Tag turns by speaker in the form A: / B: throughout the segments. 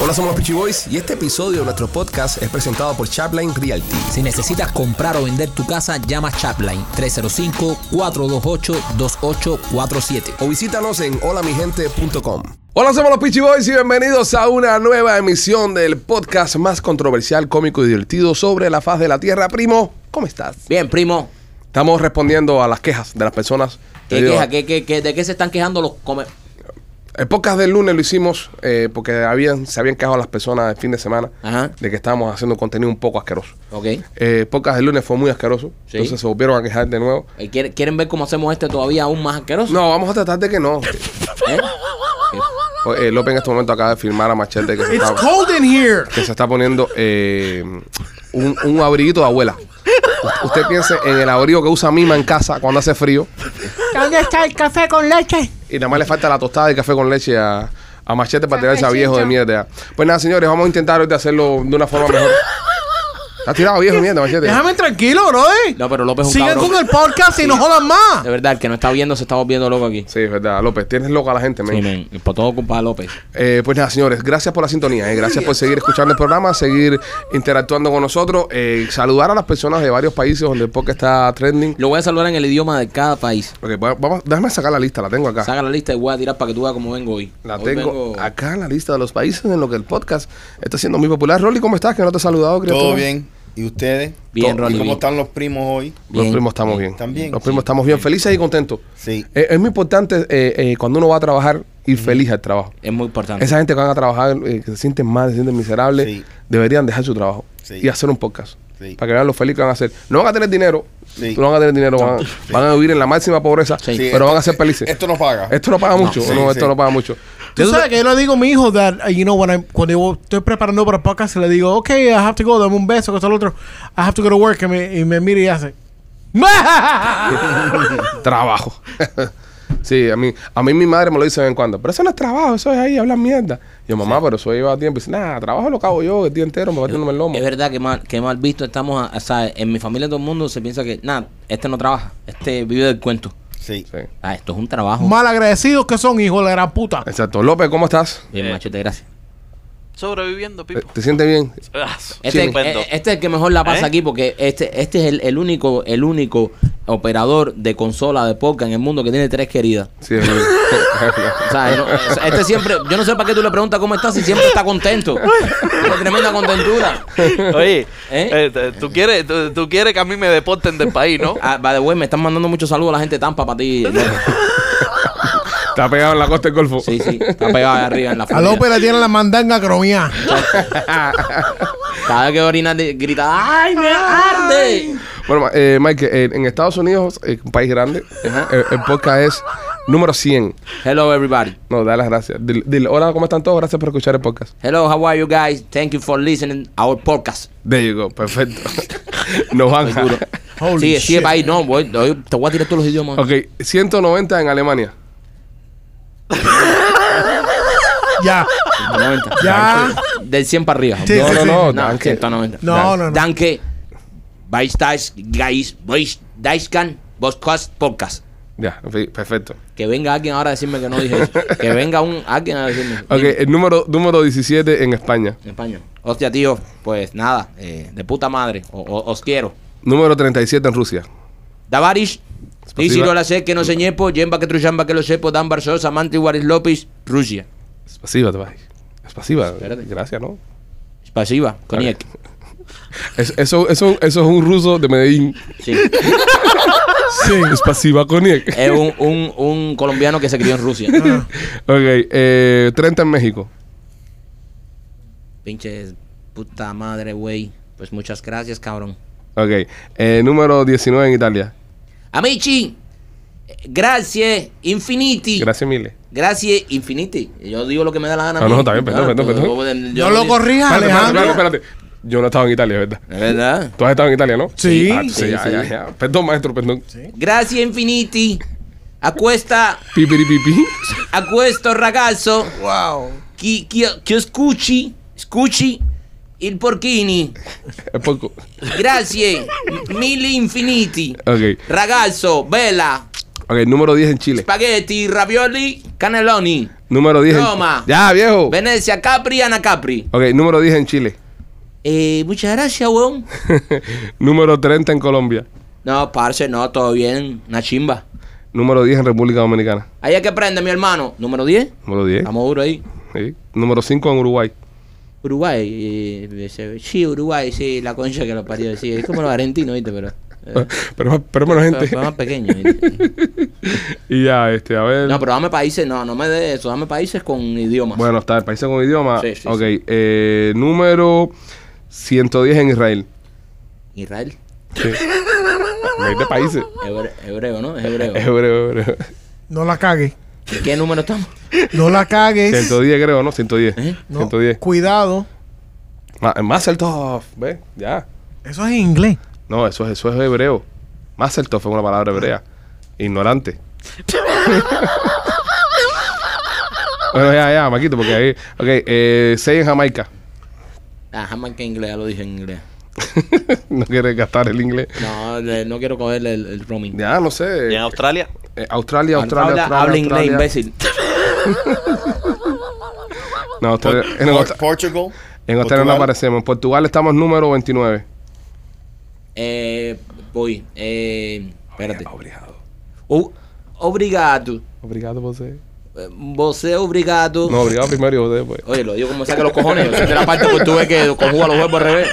A: Hola, somos los Peachy Boys y este episodio de nuestro podcast es presentado por Chapline Realty.
B: Si necesitas comprar o vender tu casa, llama Chapline 305-428-2847.
A: O visítanos en holamigente.com. Hola, somos los Peachy Boys y bienvenidos a una nueva emisión del podcast más controversial, cómico y divertido sobre la faz de la Tierra. Primo, ¿cómo estás?
C: Bien, primo.
A: Estamos respondiendo a las quejas de las personas.
C: ¿Qué
A: Te digo,
C: queja? ¿Qué, qué, qué- de qué se están quejando los come?
A: El podcast Eh, del lunes lo hicimos eh, porque habían, se habían quejado las personas el fin de semana
C: Ajá.
A: de que estábamos haciendo contenido un poco asqueroso.
C: Ok.
A: Eh, el podcast del lunes fue muy asqueroso,
C: Sí.
A: entonces se volvieron a quejar de nuevo.
C: Eh, ¿Quieren, quieren ver cómo hacemos este todavía aún más asqueroso?
A: No, vamos a tratar de que no.
C: ¿Eh?
A: Eh, López en este momento acaba de filmar a Machete que se
D: It's
A: está,
D: cold in here.
A: que se está poniendo eh, un, un abriguito de abuela. U- Usted piense en el abrigo que usa Mima en casa cuando hace frío
E: ¿Dónde está el café con leche?
A: y nada más le falta la tostada de café con leche a, a Machete para tirarse a
E: Cafecito.
A: viejo de mierda. Pues nada, señores, vamos a intentar hoy de hacerlo de una forma mejor. Está tirado viejo de mierda, Machete.
D: Déjame tranquilo, brother.
C: No, pero López es un
D: Sigan
C: cabrón.
D: con el podcast y no jodan más.
C: De verdad, el que no está viendo se está volviendo loco aquí.
A: Sí, es verdad, López. Tienes loca a la gente, men.
C: Sí, men, Por todo culpa de López.
A: Eh, pues nada, señores, gracias por la sintonía, eh. gracias por seguir escuchando el programa, seguir interactuando con nosotros, eh, saludar a las personas de varios países donde el podcast está trending.
C: Lo voy a saludar en el idioma de cada país.
A: Ok, va- vamos, déjame sacar la lista, la tengo acá.
C: Saca la lista y voy a tirar para que tú veas cómo vengo hoy.
A: La
C: Hoy
A: tengo
C: vengo-
A: acá en la lista de los países en lo que el podcast está siendo muy popular. Rolly, ¿cómo estás? Que no te he saludado,
F: Todo
A: criatura.
F: bien. ¿Y ustedes?
C: Bien,
F: ¿Y
C: Rolly, bien.
F: ¿Cómo están los primos hoy?
A: Los
C: Bien.
A: primos estamos bien.
F: También.
A: Los primos estamos bien, felices y contentos.
F: Sí.
A: Eh, es muy importante eh, eh, cuando uno va a trabajar ir feliz al trabajo.
C: Es muy importante.
A: Esa gente que van a trabajar, eh, que se sienten mal, se sienten miserables,
F: Sí.
A: deberían dejar su trabajo
F: Sí.
A: y hacer un podcast.
F: Sí.
A: Para que vean lo feliz que van a ser. No van a tener dinero,
F: Sí.
A: no van a tener dinero, van, van a vivir en la máxima pobreza,
C: Sí.
F: Sí,
A: pero van a
F: esto-
A: ser felices.
F: Esto no paga.
A: Esto no paga mucho,
F: sí,
A: no,
F: sí.
A: esto no paga mucho.
D: Tú sabes que yo le digo a mi hijo that, uh, you know, when I'm- cuando yo estoy preparando para el podcast, le digo, ok, I have to go, dame un beso, que esto lo otro. I have to go to work. Y me, y me mira y hace.
A: Trabajo. sí, a mí, a mí mi madre me lo dice de vez en cuando, pero eso no es trabajo, eso es ahí, hablan mierda. Yo, mamá, pero eso lleva tiempo. Y dice, nada, trabajo lo cago yo el día entero, me batiéndome el lomo.
C: Es verdad que mal, que mal visto estamos, a- o sea, en mi familia todo el mundo se piensa que, nada, este no trabaja, este vive del cuento.
F: Sí.
A: Sí.
C: Ah, esto es un trabajo.
D: Mal agradecidos que son, hijo de la gran puta.
A: Exacto. López, ¿cómo estás?
C: Bien, machete, gracias.
G: Sobreviviendo,
A: ¿Te,
G: Pipo.
A: Eh, te sientes bien?
G: Ah,
C: Este, es-
G: estupendo.
C: eh, este es el que mejor la pasa
G: ¿Eh?
C: aquí porque este, este es el, el único, el único operador de consola de podcast en el mundo que tiene tres queridas.
A: Sí, es bien.
C: O sea, no- este siempre, yo no sé para qué tú le preguntas cómo estás si siempre está contento. Una tremenda contentura.
G: Oye,
C: ¿Eh?
G: eh, te- tú, quieres, tú, tú quieres que a mí me deporten del país, ¿no?
C: Ah, by the way, me están mandando muchos saludos a la gente de Tampa para ti.
A: Está pegado en la costa del Golfo.
C: Sí, sí, está pegado ahí arriba en la
D: A
C: Florida.
D: López le tienen la mandanga cromía.
C: Cada vez que orina di- grita, ¡ay, me arde!
A: Bueno, ma- eh, Mike, eh, en Estados Unidos, eh, un país grande, eh, el podcast es número 100.
C: Hello everybody.
A: No, da las gracias. Dile, dile, hola, ¿cómo están todos? Gracias por escuchar el podcast.
C: Hello, how are you guys? Thank you for listening our podcast.
A: There you go, perfecto. Nos van.
C: Seguro.
D: Holy
C: sigue, sigue
D: shit.
C: para ahí. No, voy, doy- te voy a tirar todos los idiomas.
A: ok, 190 en Alemania.
D: Ya.
C: 190.
D: Ya.
C: Del 100 para arriba.
D: Sí,
A: no,
D: sí,
A: no,
D: sí.
A: no,
C: No,
A: danke.
C: 190.
D: No, no, no.
C: Danke. Beistais, guys, boys, Daiskan, Podcast, Podcast.
A: Ya, en fin, perfecto.
C: Que venga alguien ahora a decirme que no dije eso. Que venga un, alguien a decirme.
A: Ok, el número, número 17 en España.
C: En España. Hostia, tío, pues nada, eh, de puta madre. O- o- os quiero.
A: Número 37 en Rusia.
C: Davarish. Y si
A: posible.
C: no la sé, que no se ñepo, yemba que truchamba que lo sepo, Dan Barzosa, Samantha Waris López, Rusia.
A: Es pasiva, te vas. Es pasiva.
C: Espérate.
A: Gracias, ¿no?
C: Pasiva, Koniec.
A: Es- eso, eso, eso es un ruso de Medellín.
C: Sí.
A: Sí. Es pasiva con él.
C: Es un, un, un colombiano que se crió en Rusia.
A: Ok, eh, 30 en México.
C: Pinche puta madre, güey. Pues muchas gracias, cabrón.
A: Ok, eh, número 19 en Italia.
C: Amici, gracias, infiniti. Gracias.
A: Gracias, Mile.
C: infiniti. Yo digo lo que me da la gana.
A: Ah,
C: a mí.
A: no, está bien, perdón,
C: Claro,
A: perdón,
C: yo- yo-
D: No lo
C: yo-
D: corrijas,
A: Espérate, Ah, espérate,
D: Alejandro.
A: espérate, espérate. Yo no he estado en Italia, ¿verdad?
C: Es verdad.
A: Tú has estado en Italia, ¿no?
D: Sí.
A: Ah, sí,
C: Sí,
A: ya,
C: sí.
A: ya, ya. Perdón, maestro, perdón.
C: Gracias, infiniti. Acuesta,
A: Pipiripipi.
C: acuesto, ragazzo.
D: Wow.
C: Chi, chi, chi escuchi, escuchi il porchini.
A: Es poco.
C: Gracias, mille infiniti.
A: Ok.
C: Ragazzo, bella.
A: Ok, número 10 en Chile.
C: Spaghetti, ravioli, cannelloni.
A: Número 10 en-
C: Roma.
A: Ya, viejo.
C: Venecia, Capri, Ana Capri.
A: Ok, número 10 en Chile.
C: Eh, muchas gracias, weón.
A: número 30 en Colombia.
C: No, parce, no, todo bien. Una chimba.
A: Número 10 en República Dominicana.
C: Ahí es que prende, mi hermano. Número 10.
A: Número 10.
C: Estamos duro ahí.
A: Sí. Número 5 en Uruguay.
C: Uruguay. eh, se- sí, Uruguay, sí, la concha que lo parió. Sí, es como los argentinos, ¿viste? Pero. eh,
A: Pero, más- pero menos
C: pero- pero
A: gente.
C: más pequeño, ¿viste?
A: y ya, este, a ver.
C: No, pero dame países, no, no me de eso, dame países con idiomas.
A: Bueno, está, países con idioma.
C: Sí, sí,
A: ok, eh, número 110 en Israel.
C: Israel,
A: Sí. 20 países. Eh,
C: hebre- hebreo, ¿no? Es hebreo.
A: Hebreo, hebreo.
D: No la cagues.
C: ¿De qué número estamos?
D: No la cagues.
A: 110 creo, ¿no? 110.
C: ¿Eh?
D: No,
A: 110.
D: Cuidado.
A: Ma- Mazeltov, ¿ves? Ya.
D: Eso es en inglés.
A: No, eso es, eso es hebreo. Mazeltov es una palabra hebrea. Ignorante. bueno, ya, ya, Maquito, porque ahí... Ok, eh, 6 en Jamaica.
C: Ah, jamás que inglés, ya lo dije en inglés.
A: no quiere gastar el inglés.
C: No, le- no quiero cogerle el, el roaming.
A: Ya, no sé.
G: ¿Y en Australia?
A: Eh, Australia, Australia,
C: habla,
A: Australia.
C: habla inglés,
A: Australia.
C: imbécil.
A: No, Australia- en,
F: Por-
A: Australia-
F: Portugal.
A: en Australia no
F: Portugal.
A: aparecemos. En Portugal estamos número 29.
C: Eh, voy. Eh, espérate. O- obrigado.
A: Obrigado, José.
C: Eh, Você obrigado.
A: No, obrigado primero y José después.
C: Oye, lo digo como saque los cojones. Yo soy de la parte que tuve que conjuga los huevos al revés.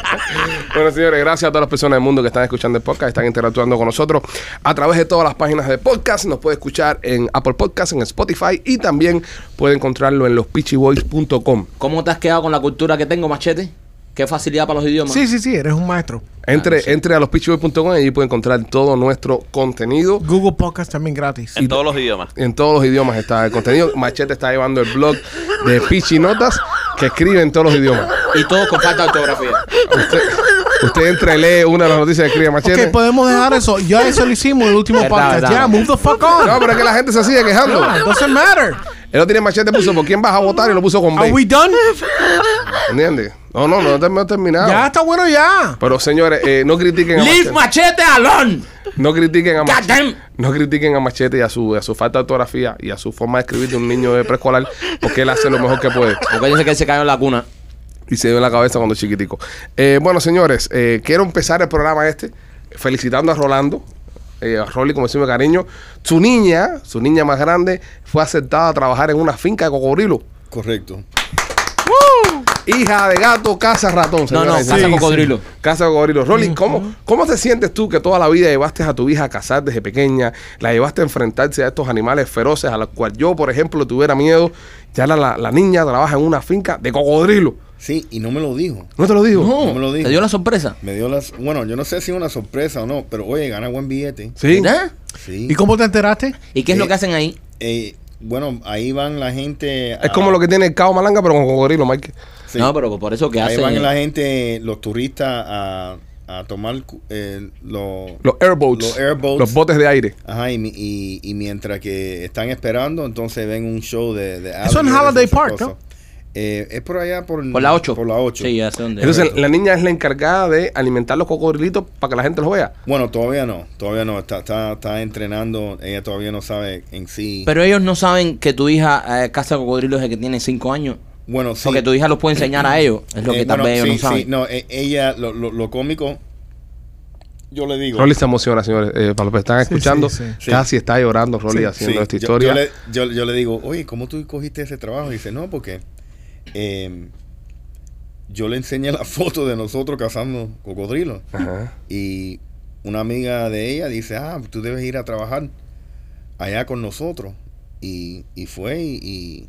A: Bueno, señores, gracias a todas las personas del mundo que están escuchando el podcast, están interactuando con nosotros a través de todas las páginas de podcast. Nos puede escuchar en Apple Podcast, en Spotify y también puede encontrarlo en lospitchyboys.com.
C: ¿Cómo te has quedado con la cultura que tengo, machete? Qué facilidad para los idiomas.
D: Sí, sí, sí, eres un maestro.
A: Entre, entre a lospitchyboys.com y allí puede encontrar todo nuestro contenido.
D: Google Podcast también gratis.
G: En todos los idiomas.
A: En todos los idiomas está el contenido. Machete está llevando el blog de Pichi Notas que escribe en todos los idiomas.
C: Y todos con falta de ortografía.
A: Usted, usted entra y lee una de las noticias que escribe Machete.
D: Ok, podemos dejar eso. Ya eso lo hicimos en el último
C: Verdad,
D: podcast.
C: verdad.
D: Ya, move the fuck on.
A: No, pero es que la gente se sigue quejando.
D: No, doesn't matter.
A: El otro día Machete puso por quién vas a votar y lo puso con
D: Are
A: B.
D: we done?
A: ¿Entiendes? No, no, no, te- no he terminado.
D: Ya está bueno ya.
A: Pero señores, eh, no critiquen a
C: Leave
A: Machete.
C: machete alone.
A: No critiquen a
C: God damn.
A: Machete. No critiquen a Machete y a su, a su falta de ortografía y a su forma de escribir de un niño de preescolar porque él hace lo mejor que puede.
C: Porque yo sé que él se cayó en la cuna.
A: y se dio en la cabeza cuando chiquitico. Eh, bueno, señores, eh, quiero empezar el programa este felicitando a Rolando, eh, a Rolly, como decimos de cariño. Su niña, su niña más grande, fue aceptada a trabajar en una finca de cocodrilo.
F: Correcto.
A: Hija de gato, casa ratón. señoras
C: No, no,
A: y
C: casa
A: señores.
C: cocodrilo.
A: Casa de cocodrilo. Rolly, ¿cómo, ¿cómo te sientes tú que toda la vida llevaste a tu hija a cazar desde pequeña? La llevaste a enfrentarse a estos animales feroces a los cuales yo, por ejemplo, tuviera miedo. Ya la, la- la niña trabaja en una finca de cocodrilo.
F: Sí, y no me lo dijo.
A: ¿No te lo digo?
F: No me lo dijo.
C: ¿Te dio la sorpresa?
F: Me dio las. Bueno, yo no sé si es una sorpresa o no, pero oye, gana buen billete.
A: Sí.
C: ¿Verdad?
F: Sí.
D: ¿Y cómo te enteraste?
C: ¿Y qué es lo que hacen ahí?
F: Eh, bueno, ahí van la gente.
A: Es como lo que tiene el Cabo Malanga, pero con cocodrilo, Mike.
C: No, pero por eso que
F: Ahí
C: hacen.
F: van la gente, los turistas, a, a tomar cu- eh, los.
A: Los airboats.
F: Los airboats.
A: Los botes de aire.
F: Ajá, y, mi- y, y mientras que están esperando, entonces ven un show de. de
D: Eso en
F: alligators y
D: Holiday
F: esas
D: Park,
F: cosas.
D: ¿no?
F: Eh, es por allá, por,
C: Por la 8.
F: Por la 8.
C: Sí, ya sé dónde.
A: Entonces, la niña es la encargada de alimentar los cocodrilitos para que la gente los vea.
F: Bueno, todavía no, todavía no, está, está, está entrenando, ella todavía no sabe en sí.
C: pero ellos no saben que tu hija eh, casa cocodrilos desde que tiene 5 años.
F: bueno, sí.
C: Porque tu hija los puede enseñar a ellos. Es lo
F: Eh,
C: que tal
F: bueno,
C: vez ellos
F: sí,
C: no saben.
F: sí, no, eh, ella, lo, lo, lo cómico, yo le digo.
A: Rolly se emociona, señores. Eh, para los que están escuchando,
D: sí, sí.
A: casi está llorando Rolly
F: Sí,
A: haciendo esta
F: yo-
A: historia.
F: Yo, le, yo- yo le digo, oye, ¿cómo tú cogiste ese trabajo? Y dice, no, porque eh, yo le enseñé la foto de nosotros cazando cocodrilos.
A: Ajá.
F: Y una amiga de ella dice, ah, tú debes ir a trabajar allá con nosotros. Y, y fue y,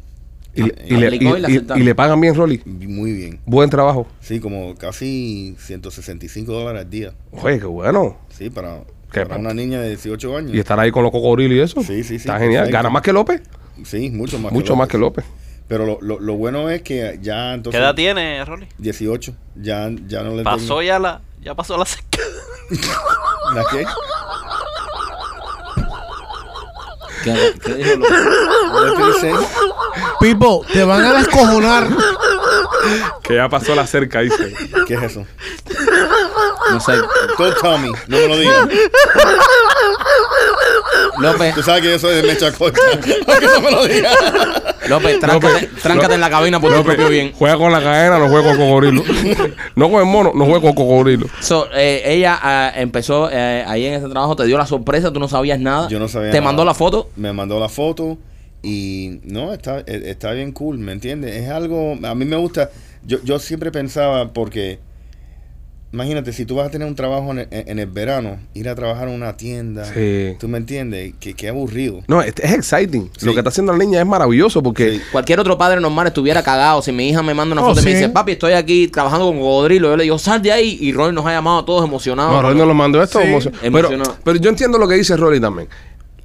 A: Y, le- y
F: Ah,
A: le,
C: aplicó y la
A: y- y-
C: aceptaron.
A: y le pagan bien, Rolly.
F: y muy bien.
A: Buen trabajo.
F: Sí, como casi 165 dólares al día.
A: Oye, qué bueno.
F: Sí, para,
A: Qué
F: para una niña de 18 años.
A: Y estar ahí con los cocodrilos y eso.
F: Sí, sí, sí,
A: Está genial.
F: perfecto.
A: Gana más que López.
F: Sí, mucho más
A: Mucho más que López.
F: Pero lo, lo, lo bueno es que ya
G: ¿Qué
F: entonces...
G: edad tiene, Rolly?
F: 18. Ya, ya no le
G: Pasó
F: tengo-
G: ya la. Ya pasó la seca.
F: ¿La qué?
C: ¿Qué- qué dijo lo-
F: ¿La utilicé?
D: People, te van a descojonar.
A: Que ya pasó la cerca, dice.
F: ¿Qué es eso?
C: No sé.
F: Don't tell me. No me lo digas.
C: López,
F: Tú sabes que yo soy de mecha corta. Aunque no me lo digas.
C: López, tráncate,
A: López,
C: tráncate en la cabina por tu propio Pues bien.
A: Juega con la cadena, no juega con cocodrilo. no con el mono, no juega con cocodrilo.
C: So, eh, ella ah, empezó eh, ahí en ese trabajo, te dio la sorpresa, tú no sabías nada.
F: Yo no sabía
C: Te
F: nada.
C: mandó la foto.
F: Me mandó la foto y no, está, e- está bien cool, ¿me entiendes? Es algo, a mí me gusta, yo, yo siempre pensaba porque, imagínate, si tú vas a tener un trabajo en el, en el verano, ir a trabajar en una tienda,
A: Sí.
F: ¿tú me entiendes? Que, que aburrido.
A: No, es, es exciting.
F: Sí.
A: Lo que está haciendo la niña es maravilloso porque
F: Sí.
C: Cualquier otro padre normal estuviera cagado. Si mi hija me manda una
D: Oh,
C: foto y me
D: sí.
C: dice, papi, estoy aquí trabajando con cocodrilo, yo le digo, sal de ahí. Y Roy nos ha llamado a todos emocionados.
A: No, Roy no lo mandó esto.
D: Sí.
A: emocio- Pero,
C: Emocionado.
A: pero yo entiendo lo que dice Rory también.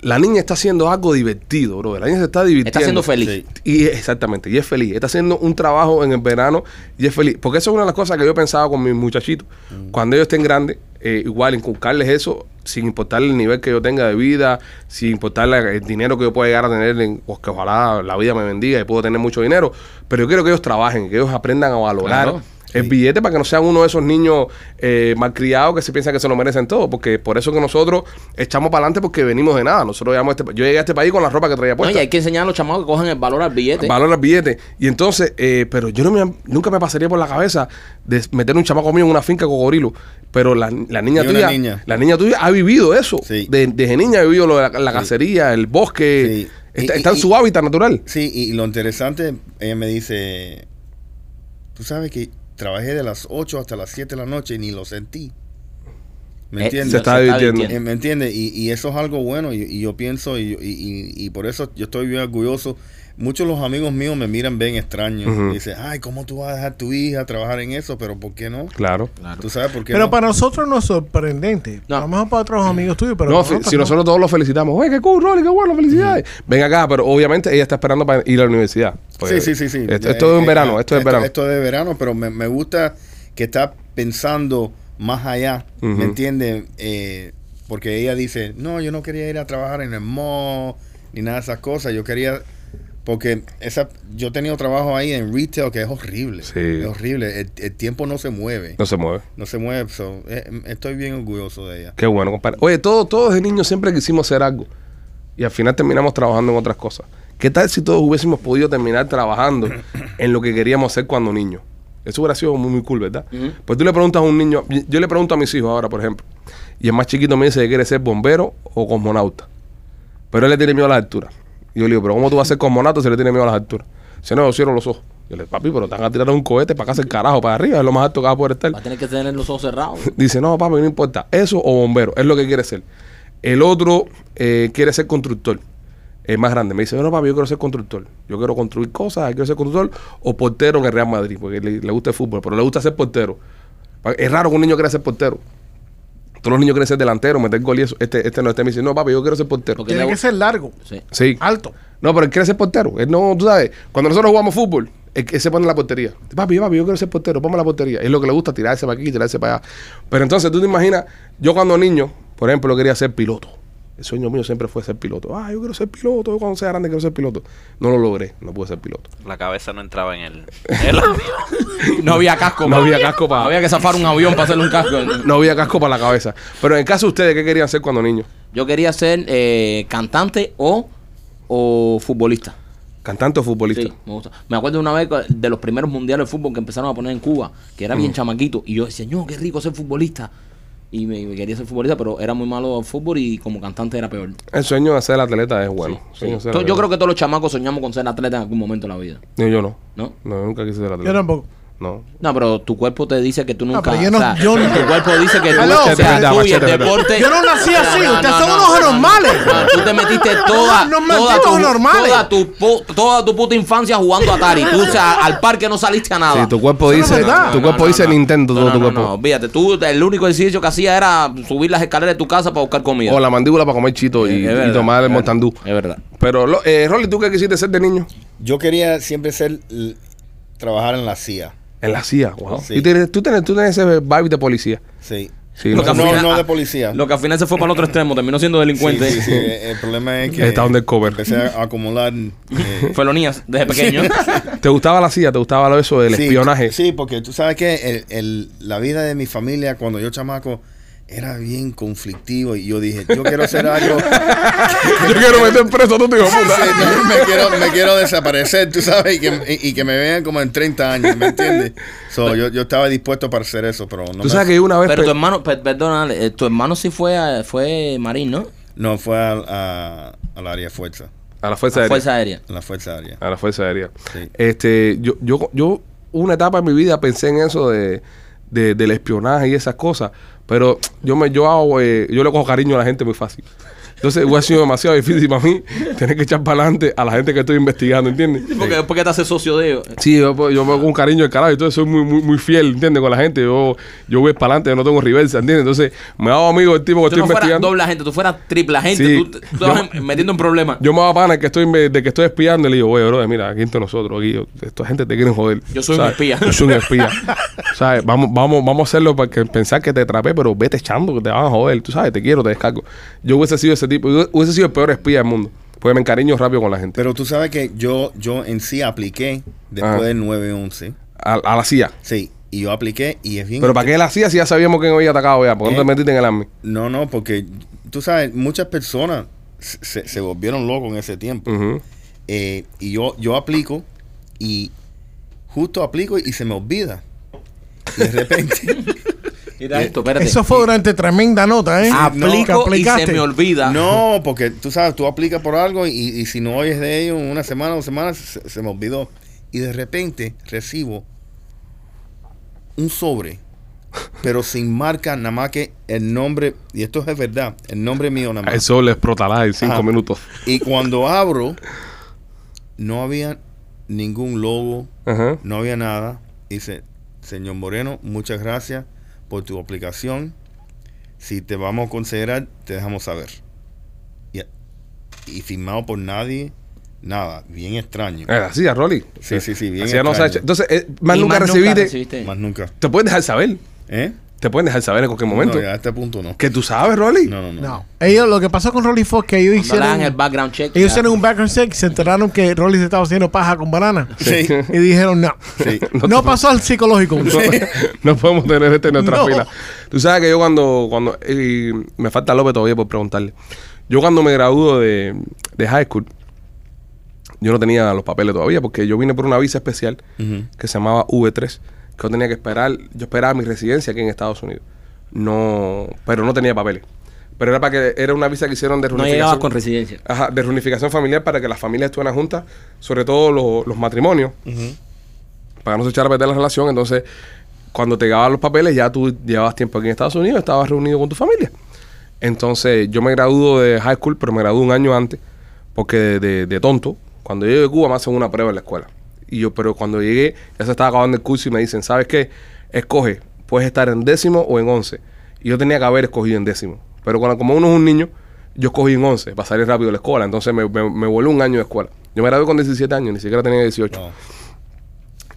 A: La niña está haciendo algo divertido, bro. La niña se está divirtiendo.
C: Está siendo feliz.
F: Sí.
A: Y exactamente, y es feliz. Está haciendo un trabajo en el verano y es feliz. Porque eso es una de las cosas que yo pensaba con mis muchachitos.
C: Mm.
A: Cuando ellos estén grandes, eh, igual inculcarles eso, sin importar el nivel que yo tenga de vida, sin importar la- el dinero que yo pueda llegar a tener, en- pues, que ojalá la vida me bendiga y puedo tener mucho dinero. Pero yo quiero que ellos trabajen, que ellos aprendan a valorar.
G: Claro.
A: El billete para que no sean uno de esos niños eh, malcriados que se piensan que se lo merecen todo, porque por eso que nosotros echamos para adelante porque venimos de nada. Nosotros llegamos a este, pa- yo llegué a este país con la ropa que traía
C: No,
A: puesta.
C: y hay que enseñar a los chamados que cojan el valor al billete.
A: Valora el billete. Y entonces, eh, pero yo no me- nunca me pasaría por la cabeza de meter un chamaco mío en una finca cocodrilo. Pero la, la niña
F: Y una
A: tuya,
F: niña.
A: la niña tuya ha vivido eso.
F: Sí.
A: De- desde niña ha vivido lo de la, la cacería, el bosque.
F: Sí.
A: Está,
F: Y-
A: está en
F: y-
A: su hábitat natural.
F: Sí, y lo interesante, ella me dice, tú sabes que trabajé de las 8 hasta las 7 de la noche y ni lo sentí. ¿Me
C: Eh,
F: entiendes?
A: Se está divirtiendo.
F: Eh, ¿Me entiendes? Y, y eso es algo bueno y, y yo pienso y, y- y- y por eso yo estoy bien orgulloso. Muchos de los amigos míos me miran bien extraño.
A: Ujú.
F: Dicen, ay, ¿cómo tú vas a dejar a tu hija trabajar en eso? Pero ¿por qué no?
A: Claro.
F: ¿Tú sabes por qué
D: Pero
F: no?
D: para nosotros no es sorprendente.
C: No.
D: A lo mejor para otros amigos tuyos, pero.
A: no,
D: para
A: si si
D: no.
A: nosotros todos los felicitamos. Oye, qué cool, Rolly, qué bueno, felicidades. Ven acá, pero obviamente ella está esperando para ir a la universidad.
F: sí,
A: Pues,
F: sí, sí, sí.
A: Esto,
F: Ya,
A: esto es
F: eh,
A: en verano,
F: eh,
A: esto es en verano.
F: Esto es de verano, pero me, me gusta que está pensando más allá,
A: Ujú.
F: ¿me entiendes? Eh, porque ella dice, no, yo no quería ir a trabajar en el mall, ni nada de esas cosas, yo quería... Porque esa, yo he tenido trabajo ahí en retail que es horrible.
A: Sí.
F: Es horrible. El, el tiempo no se mueve. No,
A: No se mueve.
F: se mueve. so, eh, estoy bien orgulloso de ella.
A: Qué bueno, compadre. Oye, todos, todos de niños siempre quisimos hacer algo. Y al final terminamos trabajando en otras cosas. ¿Qué tal si todos hubiésemos podido terminar trabajando en lo que queríamos hacer cuando niños? Eso hubiera sido muy, muy cool, ¿verdad? Pues tú le preguntas a un niño, yo le pregunto a mis hijos ahora, por ejemplo, y el más chiquito me dice que quiere ser bombero o cosmonauta. Pero él le tiene miedo a las alturas. Y yo le digo, pero ¿cómo tú vas a ser cosmonauta si le tiene miedo a las alturas? Si no, yo cierro los ojos. Yo le digo, papi, pero te van a tirar un cohete para acá hacer carajo, para arriba, es lo más alto que vas a poder estar.
C: Va a tener que tener los ojos cerrados.
A: Dice, no, papi, no importa. Eso o bombero, es lo que quiere ser. El otro eh, quiere ser constructor. Es más grande. Me dice, no, papi, yo quiero ser constructor. Yo quiero construir cosas, quiero ser constructor o portero en el Real Madrid, porque le, le gusta el fútbol, pero le gusta ser portero. Pa- Es raro que un niño quiera ser portero. Todos los niños quieren ser delanteros, meter gol y eso. Este, este no, este me dice, no, papi, yo quiero ser portero.
C: Porque
D: Tiene
C: le-
D: que ser largo,
C: Sí.
A: Sí.
D: alto.
A: No, pero él quiere ser portero. Él no, tú sabes, cuando nosotros jugamos fútbol, él, él se pone en la portería. Papi, papi, yo quiero ser portero, ponme la portería. Es lo que le gusta, tirarse para aquí, tirarse para allá. Pero entonces tú te imaginas, yo cuando niño, por ejemplo, quería ser piloto. El sueño mío siempre fue ser piloto. Ah, yo quiero ser piloto, yo cuando sea grande quiero ser piloto. No lo logré, no pude ser piloto.
G: La cabeza no entraba en el, en el avión.
C: No había casco.
A: No
C: pa.
A: había casco pa.
C: Había que zafar un avión para hacerle un casco.
A: No había casco para la cabeza. Pero en el caso de ustedes, ¿qué querían ser cuando niños?
C: Yo quería ser eh, cantante o, o futbolista.
A: ¿Cantante o futbolista?
C: Sí, me gusta. Me acuerdo una vez cu- de los primeros mundiales de fútbol que empezaron a poner en Cuba, que era bien chamaquito. Y yo decía, no, qué rico ser futbolista. Y me, me quería ser futbolista, pero era muy malo al fútbol y como cantante era peor.
A: El sueño de ser atleta es bueno.
C: Sí.
A: Sueño de ser
C: To- Yo
A: atleta.
C: creo que todos los chamacos soñamos con ser atleta en algún momento de la vida,
A: No, yo no.
C: ¿no?
A: No, yo nunca quise ser atleta.
D: Yo tampoco.
A: No.
C: No, pero tu cuerpo te dice que tú nunca.
D: pero yo no-
C: o sea,
D: yo no-
C: Tu cuerpo dice que tú,
D: Aló.
C: o sea,
A: Machete,
C: tú y el
A: machete,
C: deporte.
D: Yo no nací así, ustedes son unos anormales.
C: no, tú te metiste toda, toda,
D: Unos malditos
C: tu,
D: anormales.
C: toda, tu, pu- toda tu puta infancia jugando Atari. Tú, o sea, al parque no saliste a nada.
A: Sí, tu cuerpo
D: Eso no es
A: dice,
D: verdad.
A: tu
C: No,
A: cuerpo
C: no,
A: dice
C: no.
A: Nintendo,
C: No,
A: todo
C: no,
A: tu
C: no,
A: cuerpo.
C: No, fíjate, tú el único ejercicio que hacía era subir las escaleras de tu casa para buscar comida. Eh,
A: O la mandíbula para comer chito
C: Es
A: y, y
C: verdad,
A: tomar el
C: es verdad,
A: montandú.
C: Es verdad.
A: Pero, lo- eh, Rolly, ¿tú qué quisiste ser de niño?
F: Yo quería siempre ser, l- trabajar en la CIA.
A: En la CIA, wow.
F: Sí.
A: Y tú eres- tú, tienes, tú tienes ese vibe de policía.
F: Sí.
A: Sí,
C: Lo
A: no,
C: que al
F: No,
C: final-
F: no de policía.
C: Lo que al final se fue para el otro extremo, terminó siendo
F: Sí,
C: delincuente.
F: sí, sí, eh, El problema es que.
A: Está undercover.
F: Empecé a acumular. eh,
C: Felonías desde pequeño.
A: ¿Te gustaba la CIA? ¿Te gustaba lo eso del
F: sí,
A: espionaje?
F: Sí, porque tú sabes que el- el- la vida de mi familia cuando yo chamaco era bien conflictivo y yo dije, yo quiero hacer algo.
A: Yo quiero meter preso a tu hijo de
F: Sí,
A: puta.
F: no, me, quiero, me quiero desaparecer, tú sabes, y que, y- y que me vean como en 30 años, ¿me entiendes? So, yo, yo estaba dispuesto para hacer eso, pero no
A: Tú
F: me-
A: sabes que yo una vez.
C: Pero
A: pe-
C: tu hermano, per- perdona, Ale, eh, tu hermano sí fue, a- fue marín, ¿no?
F: No, fue al, a- al área fuerza,
A: A la Fuerza Aérea.
C: Fuerza aérea.
F: a la fuerza área.
A: A la Fuerza Aérea.
F: Sí.
A: Este, yo, yo, yo una etapa en mi vida pensé en eso de, de- del espionaje y esas cosas, pero yo me yo hago, eh, yo le cojo cariño a la gente muy fácil. Entonces, hubiera sido demasiado difícil para mí tener que echar para adelante a la gente que estoy investigando, ¿entiendes?
G: Porque después que te haces socio de
C: eh,
G: ellos.
A: Sí, yo, yo me hago un cariño del carajo, entonces soy muy, muy, muy fiel, ¿entiendes? Con la gente, yo, yo voy para adelante, yo no tengo reversa, ¿entiendes? Entonces, me hago amigo del tipo que
C: Tú
A: estoy
C: no fueras
A: investigando.
C: doble agente, tú fueras triple agente.
A: Sí.
C: Tú, tú estabas
A: Yo-
C: metiendo en problemas. Yo,
A: Yo me hago pana de que estoy, de que estoy espiando y le digo, oye, bro, mira, aquí entre nosotros, aquí, yo- esta gente te quieren joder.
C: Yo soy un espía.
A: Yo soy un espía. ¿Sabes? Vamos, vamos, vamos a hacerlo para que pensar que te atrapé, pero vete echando, que te van a joder. Tú sabes, te quiero, te descargo. Yo hubiese sido ese tipo, yo hubiese sido el peor espía del mundo. Porque me encariño rápido con la gente.
F: Pero tú sabes que yo, yo en sí apliqué después
A: Ah.
F: del 9-11.
A: A, a la CIA.
F: Sí, y yo apliqué y es bien.
A: Pero ¿para qué la CIA si ya sabíamos que me había atacado ya? ¿Por qué no
F: ¿Eh?
A: te metiste en el ARMY?
F: No, no, porque tú sabes, muchas personas se, se volvieron locos en ese tiempo.
A: Ujú.
F: Eh, y yo, yo aplico y justo aplico y se me olvida. Y de repente.
A: eh,
C: esto, espérate.
D: Eso fue durante tremenda nota, ¿eh? Que
C: Aplico y se
D: aplicaste.
C: me olvida.
F: no, porque tú sabes, tú aplicas por algo y, y si no oyes de ello en una semana o dos semanas, se, se me olvidó. Y de repente recibo un sobre, pero sin marca, nada más que el nombre, y esto es verdad, el nombre mío nada más.
A: Eso le explotará en cinco
F: Ajá.
A: minutos.
F: Y cuando abro, no había ningún logo,
A: Ajá.
F: no había nada. Dice, señor Moreno, muchas gracias por tu aplicación. Si te vamos a considerar, te dejamos saber. Y, y firmado por nadie, nada, bien extraño.
A: Eh, La CIA, Rolly.
F: Sí, sí, sí, bien
A: La CIA no
F: extraño.
A: se ha hecho- Entonces, eh, más
C: Y
A: nunca recibiste.
F: Más nunca.
A: Te pueden dejar saber.
F: ¿Eh?
A: Te pueden dejar saber en cualquier momento.
F: No, ya a este punto no.
A: Que tú sabes, Rolly.
F: No, no, no.
D: No. Ellos, lo que pasó con Rolly Fox, que ellos
C: Cuando le dan
D: hicieron.
C: el background check.
D: Ellos
C: ya.
D: hicieron un background check y se enteraron que Rolly se estaba haciendo paja con banana.
F: Sí,
D: Y dijeron, no.
F: sí.
D: No pasó al psicológico.
A: no podemos tener este en nuestra
D: No.
A: fila. Tú sabes que yo cuando... cuando y me falta López todavía por preguntarle. Yo cuando me graduo de, de high school, yo no tenía los papeles todavía porque yo vine por una visa especial
F: Ujú.
A: que se llamaba V3, que yo tenía que esperar, yo esperaba mi residencia aquí en Estados Unidos. No, pero no tenía papeles. Pero era para que era una visa que hicieron de
C: No llegabas con residencia.
A: Ajá, de reunificación familiar para que las familias estuvieran juntas, sobre todo los, los matrimonios, para no se echar a perder la relación. Entonces, cuando te llegaban los papeles, ya tú llevabas tiempo aquí en Estados Unidos, estabas reunido con tu familia. Entonces, yo me graduo de high school, pero me gradué un año antes, porque de, de- de tonto, cuando llegué de Cuba me hacen una prueba en la escuela. Y yo, pero cuando llegué, ya se estaba acabando el curso y me dicen, ¿sabes qué? Escoge, puedes estar en décimo o en once. Y yo tenía que haber escogido en décimo. Pero cuando, como uno es un niño, yo escogí en once para salir rápido de la escuela. Entonces me, me, me voló un año de escuela. Yo me gradué con 17 años, ni siquiera tenía 18.
F: No.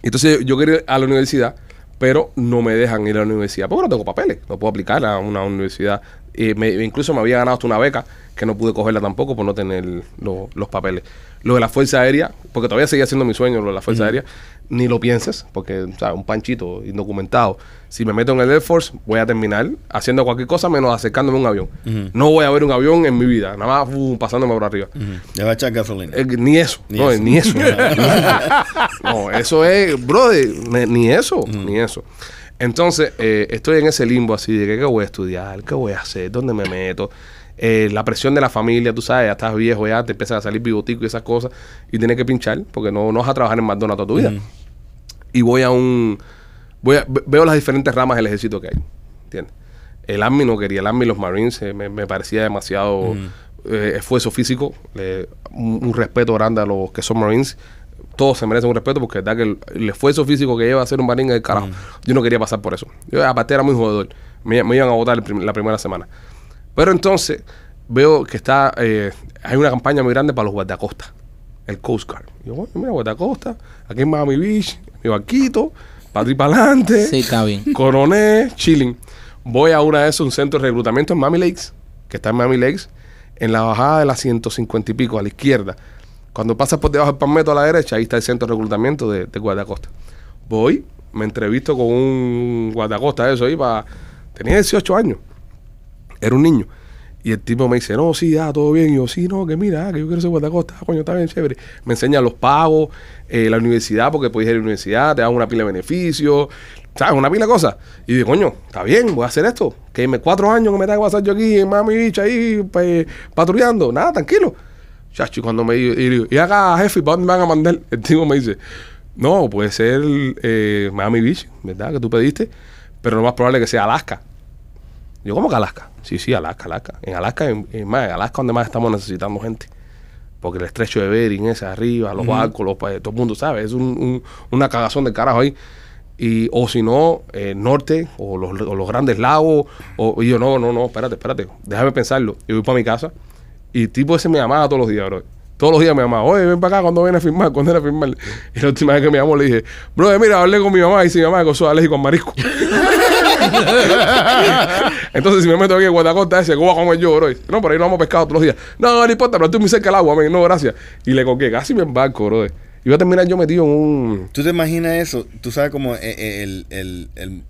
A: Y Entonces yo quería ir a la universidad, pero no me dejan ir a la universidad porque no tengo papeles, no puedo aplicar a una universidad. Eh, me- incluso me había ganado hasta una beca que no pude cogerla tampoco por no tener lo- los papeles. Lo de la Fuerza Aérea, porque todavía seguía siendo mi sueño lo de la Fuerza Aérea, ni lo pienses, porque o sea, un panchito indocumentado. Si me meto en el Air Force, voy a terminar haciendo cualquier cosa menos acercándome a un avión.
F: Ujú.
A: No voy a ver un avión en mi vida, nada más uh, pasándome por arriba.
F: Ujú. Le va a echar gasolina.
A: Eh, ni eso,
F: Ni
A: no,
F: eso.
A: ni eso. no, eso es, brother, ne- ni eso,
F: Mm.
A: ni eso. Entonces, eh, estoy en ese limbo así de que, qué voy a estudiar, qué voy a hacer, dónde me meto. Eh, la presión de la familia, tú sabes, ya estás viejo, ya te empiezan a salir bigotico y esas cosas, y tienes que pinchar, porque no, no vas a trabajar en McDonald's toda tu
F: Mm.
A: vida. Y voy a un. Voy a- ve- veo las diferentes ramas del ejército que hay. ¿Entiendes? El Army no quería, el Army y los Marines eh, me, me parecía demasiado eh, esfuerzo físico, eh, un, un respeto grande a los que son Marines. Todos se merecen un respeto porque es verdad que el, el esfuerzo físico que lleva a ser un Marine es el carajo. Yo no quería pasar por eso. Yo, aparte, era muy jodedor. Me, me iban a votar el prim- la primera semana. Pero entonces veo que está eh, hay una campaña muy grande para los guardacostas, el Coast Guard. Y yo, bueno, mira, guardacostas, aquí en Miami Beach, mi barquito, para atrás y para adelante,
C: Sí, está bien.
A: coronel, chilling. voy a una de esos, un centro de reclutamiento en Miami Lakes, que está en Miami Lakes, en la bajada de la 150 y pico, a la izquierda. Cuando pasas por debajo del palmeto a la derecha, ahí está el centro de reclutamiento de, de guardacosta. Voy, me entrevisto con un guardacosta, eso ahí, para... tenía 18 años era un niño. Y el tipo me dice, no, sí, ah, todo bien. Y yo, sí, no, que mira, ah, que yo quiero ser guardacosta, Ah, coño, está bien, chévere. Me enseña los pagos, eh, la universidad, porque puedes ir a la universidad, te dan una pila de beneficios, ¿sabes? Una pila de cosas. Y digo, coño, está bien, voy a hacer esto. Que me cuatro años que me tengo que pasar yo aquí, en mami bicha, ahí, pe- patrullando. Nada, tranquilo. Chacho, y cuando me digo, y, digo, "Y acá, jefe, ¿para dónde me van a mandar? El tipo me dice, no, puede ser eh, Miami Beach, ¿verdad? Que tú pediste, pero lo más probable es que sea Alaska. Yo, ¿cómo que Alaska? Sí, sí, Alaska, Alaska. En Alaska, en, en más, en Alaska donde más estamos necesitando gente. Porque el estrecho de Bering, ese arriba, los barcos, los, pa- eh, todo el mundo sabe, es un, un- una cagazón de carajo ahí. Y, o si no, eh, norte, o los, o los grandes lagos, o y yo, no, no, no, espérate, espérate, déjame pensarlo. Y voy para mi casa, y el tipo ese me llamaba todos los días, bro. Todos los días me llamaba, oye, ven para acá cuando viene a firmar, cuando viene a firmar. Y la última vez que me llamó le dije, bro, mira, hablé con mi mamá y dice mi mamá que soy alérgico al marisco. Entonces, si me meto aquí en Guatacosta, ese ¿cómo voy a comer yo, bro. No, por ahí no vamos pescado todos los días. No, no, no importa, pero estoy muy cerca del agua, men. No, gracias. Y le coqué, casi me embarco, bro. Iba a terminar yo metido en un.
F: ¿Tú te imaginas eso? Tú sabes como el, el, el, el-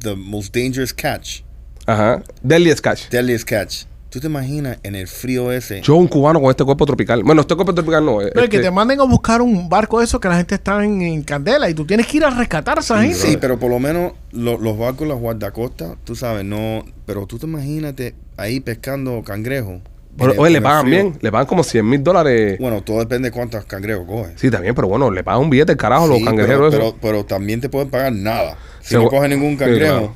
F: the most dangerous catch,
A: Ajá. Deadly Sketch.
F: deadliest catch. ¿Tú te imaginas en el frío ese?
A: Yo, un cubano con este cuerpo tropical. Bueno, este cuerpo tropical no.
D: No, y
A: este-
D: que te manden a buscar un barco de esos que la gente está en, en candela y tú tienes que ir a rescatar a esa gente.
F: sí, pero por lo menos lo- los barcos, las guardacostas, tú sabes, no. Pero tú te imagínate ahí pescando cangrejos.
A: Pero,
F: En el-
A: oye, le
F: en el
A: pagan
F: frío.
A: bien. Le pagan como 100 mil dólares.
F: Bueno, todo depende de cuántos cangrejos coges.
A: Sí, también, pero bueno, le pagan un billete, carajo, los
F: Sí,
A: cangrejeros.
F: pero,
A: esos.
F: pero, pero también te pueden pagar nada. Si
A: Se-
F: no coges ningún
A: sí,
F: cangrejo,
A: claro.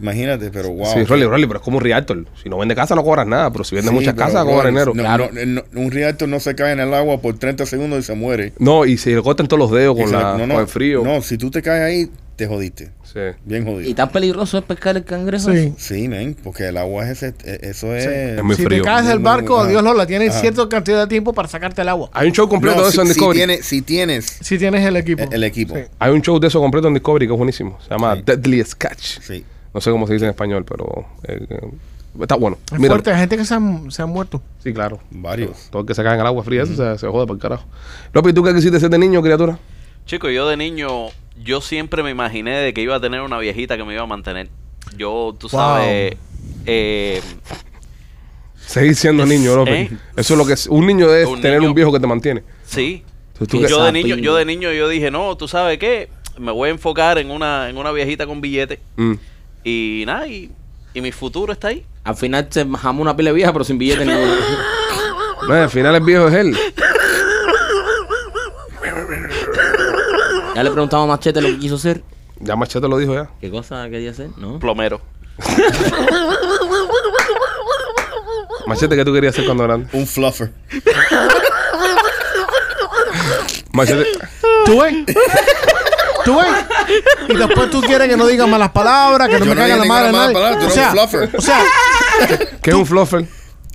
F: imagínate, pero wow.
A: Sí, Rolly, Rolly, pero es como un realtor. Si no vende casa, no cobras nada. Pero si vende
F: Sí,
A: muchas
F: pero,
A: casas, cobras dinero.
F: brother, no,
A: Claro.
F: no, no, un rialto no se cae en el agua por 30 segundos y se muere.
A: No, y se le cortan todos los dedos con, la,
F: Exacto. no, no,
A: con el frío.
F: No, si tú te caes ahí, te jodiste.
A: Sí.
F: Bien
C: Y
F: jodido.
C: tan peligroso es pescar el cangrejo.
D: Sí.
F: Sí, men, porque el agua es ese, eh, eso es...
A: Es muy
D: si
A: frío.
D: te caes del
F: Muy,
D: barco,
F: muy-
D: Dios Lola, tienes
F: ajá.
D: cierta cantidad de tiempo para sacarte el agua.
A: Hay un show completo
F: No,
A: de
F: si,
A: eso en
F: si
A: Discovery.
F: tienes, si tienes e,
D: Si tienes el equipo.
F: el, el equipo.
D: Sí.
A: Hay un show de eso completo en Discovery que es buenísimo. Se llama Deadly Sketch.
F: Sí.
A: No sé cómo se dice en español, pero eh, eh, está bueno.
D: Es
A: Míralo.
D: fuerte, hay gente que se han, se han muerto.
A: Sí, claro.
F: Varios.
A: Todo el que se cae en el agua fría, eso se, se jode por el carajo. López, ¿tú qué quisiste ser de niño, criatura?
G: Chico, yo de niño, yo siempre me imaginé de que iba a tener una viejita que me iba a mantener. Yo, tú sabes, eh,
A: Seguir siendo
G: Es-
A: niño, López.
G: ¿eh?
A: Eso es lo que es. Un niño es
G: Un
A: tener
G: niño.
A: un viejo que te mantiene.
G: sí.
A: Entonces, ¿tú
G: Yo
A: qué-
G: de
C: Zapín.
G: niño, yo de niño, yo dije, no, tú sabes qué, me voy a enfocar en una, en una viejita con billete
A: Mm.
G: y nada, y, y mi futuro está ahí.
C: Al final se jamó una pila de vieja, pero sin billete ninguno.
A: No, al final el viejo es él.
C: ya le preguntamos a Machete lo que quiso ser.
A: Ya Machete lo dijo ya.
C: ¿Qué cosa quería hacer? ¿No?
G: Plomero.
A: Machete, ¿qué tú querías ser cuando grande?
F: Un fluffer.
A: Machete,
D: ¿Tú ves? ¿Tú ves? Y después tú quieres que no digas malas palabras, que no
F: Yo
D: me
F: no
D: caigan
F: dije
D: la madre.
F: ninguna
D: a nadie.
F: mala palabra, tú
D: o,
F: eres
D: sea,
F: un fluffer.
D: o sea,
A: ¿qué es un fluffer?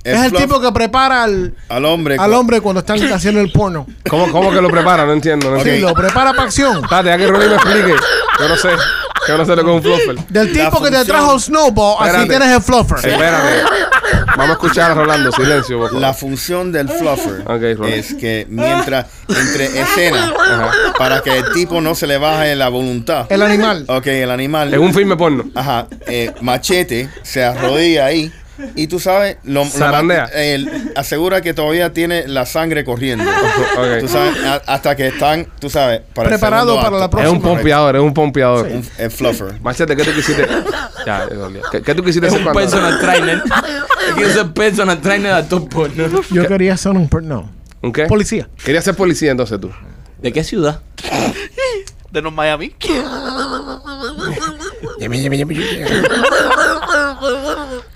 D: es el tipo que prepara al,
F: Al hombre.
D: al hombre cuando están haciendo el porno.
A: ¿Cómo, ¿Cómo que lo prepara? No entiendo. No
F: Ok.
D: Sí,
A: entiendo.
D: lo prepara para acción.
A: Espérate, ya que Rolly me explique. Yo no sé. Yo no sé lo que es un fluffer.
D: Del
F: La
D: tipo que te
F: función-
D: trajo Snowball, así
A: Espérate.
D: tienes el fluffer.
A: Espérame. Vamos a escuchar a Rolando. Silencio, por favor.
F: La función del fluffer
A: Ok, Rolando.
F: es que mientras entre escenas,
A: Ajá.
F: para que el tipo no se le baje la voluntad.
D: El animal.
F: Ok, el animal.
A: En un filme porno.
F: Ajá, eh, machete, se arrodilla ahí. Y tú sabes, lo, lo
A: Zarandea.
F: ma- el- asegura que todavía tiene la sangre corriendo.
A: Ok.
F: Tú sabes, a- hasta que están, tú sabes, para el
D: Preparado
F: segundo
D: para la
F: acto.
A: Es un
D: Próximo
A: pompeador, es un pompeador.
F: Un- el fluffer.
A: Machete, ¿qué tú quisiste? Ya, ya dolió. ¿Qué, qué tú quisiste
C: Es
A: hacer
C: un
A: cuando-
C: personal trainer. Quiero ser personal trainer de actor porno.
D: Yo quería ser un porno.
A: ¿Un qué?
D: Policía.
A: Querías ser policía entonces tú.
C: ¿De qué ciudad?
G: De los Miami.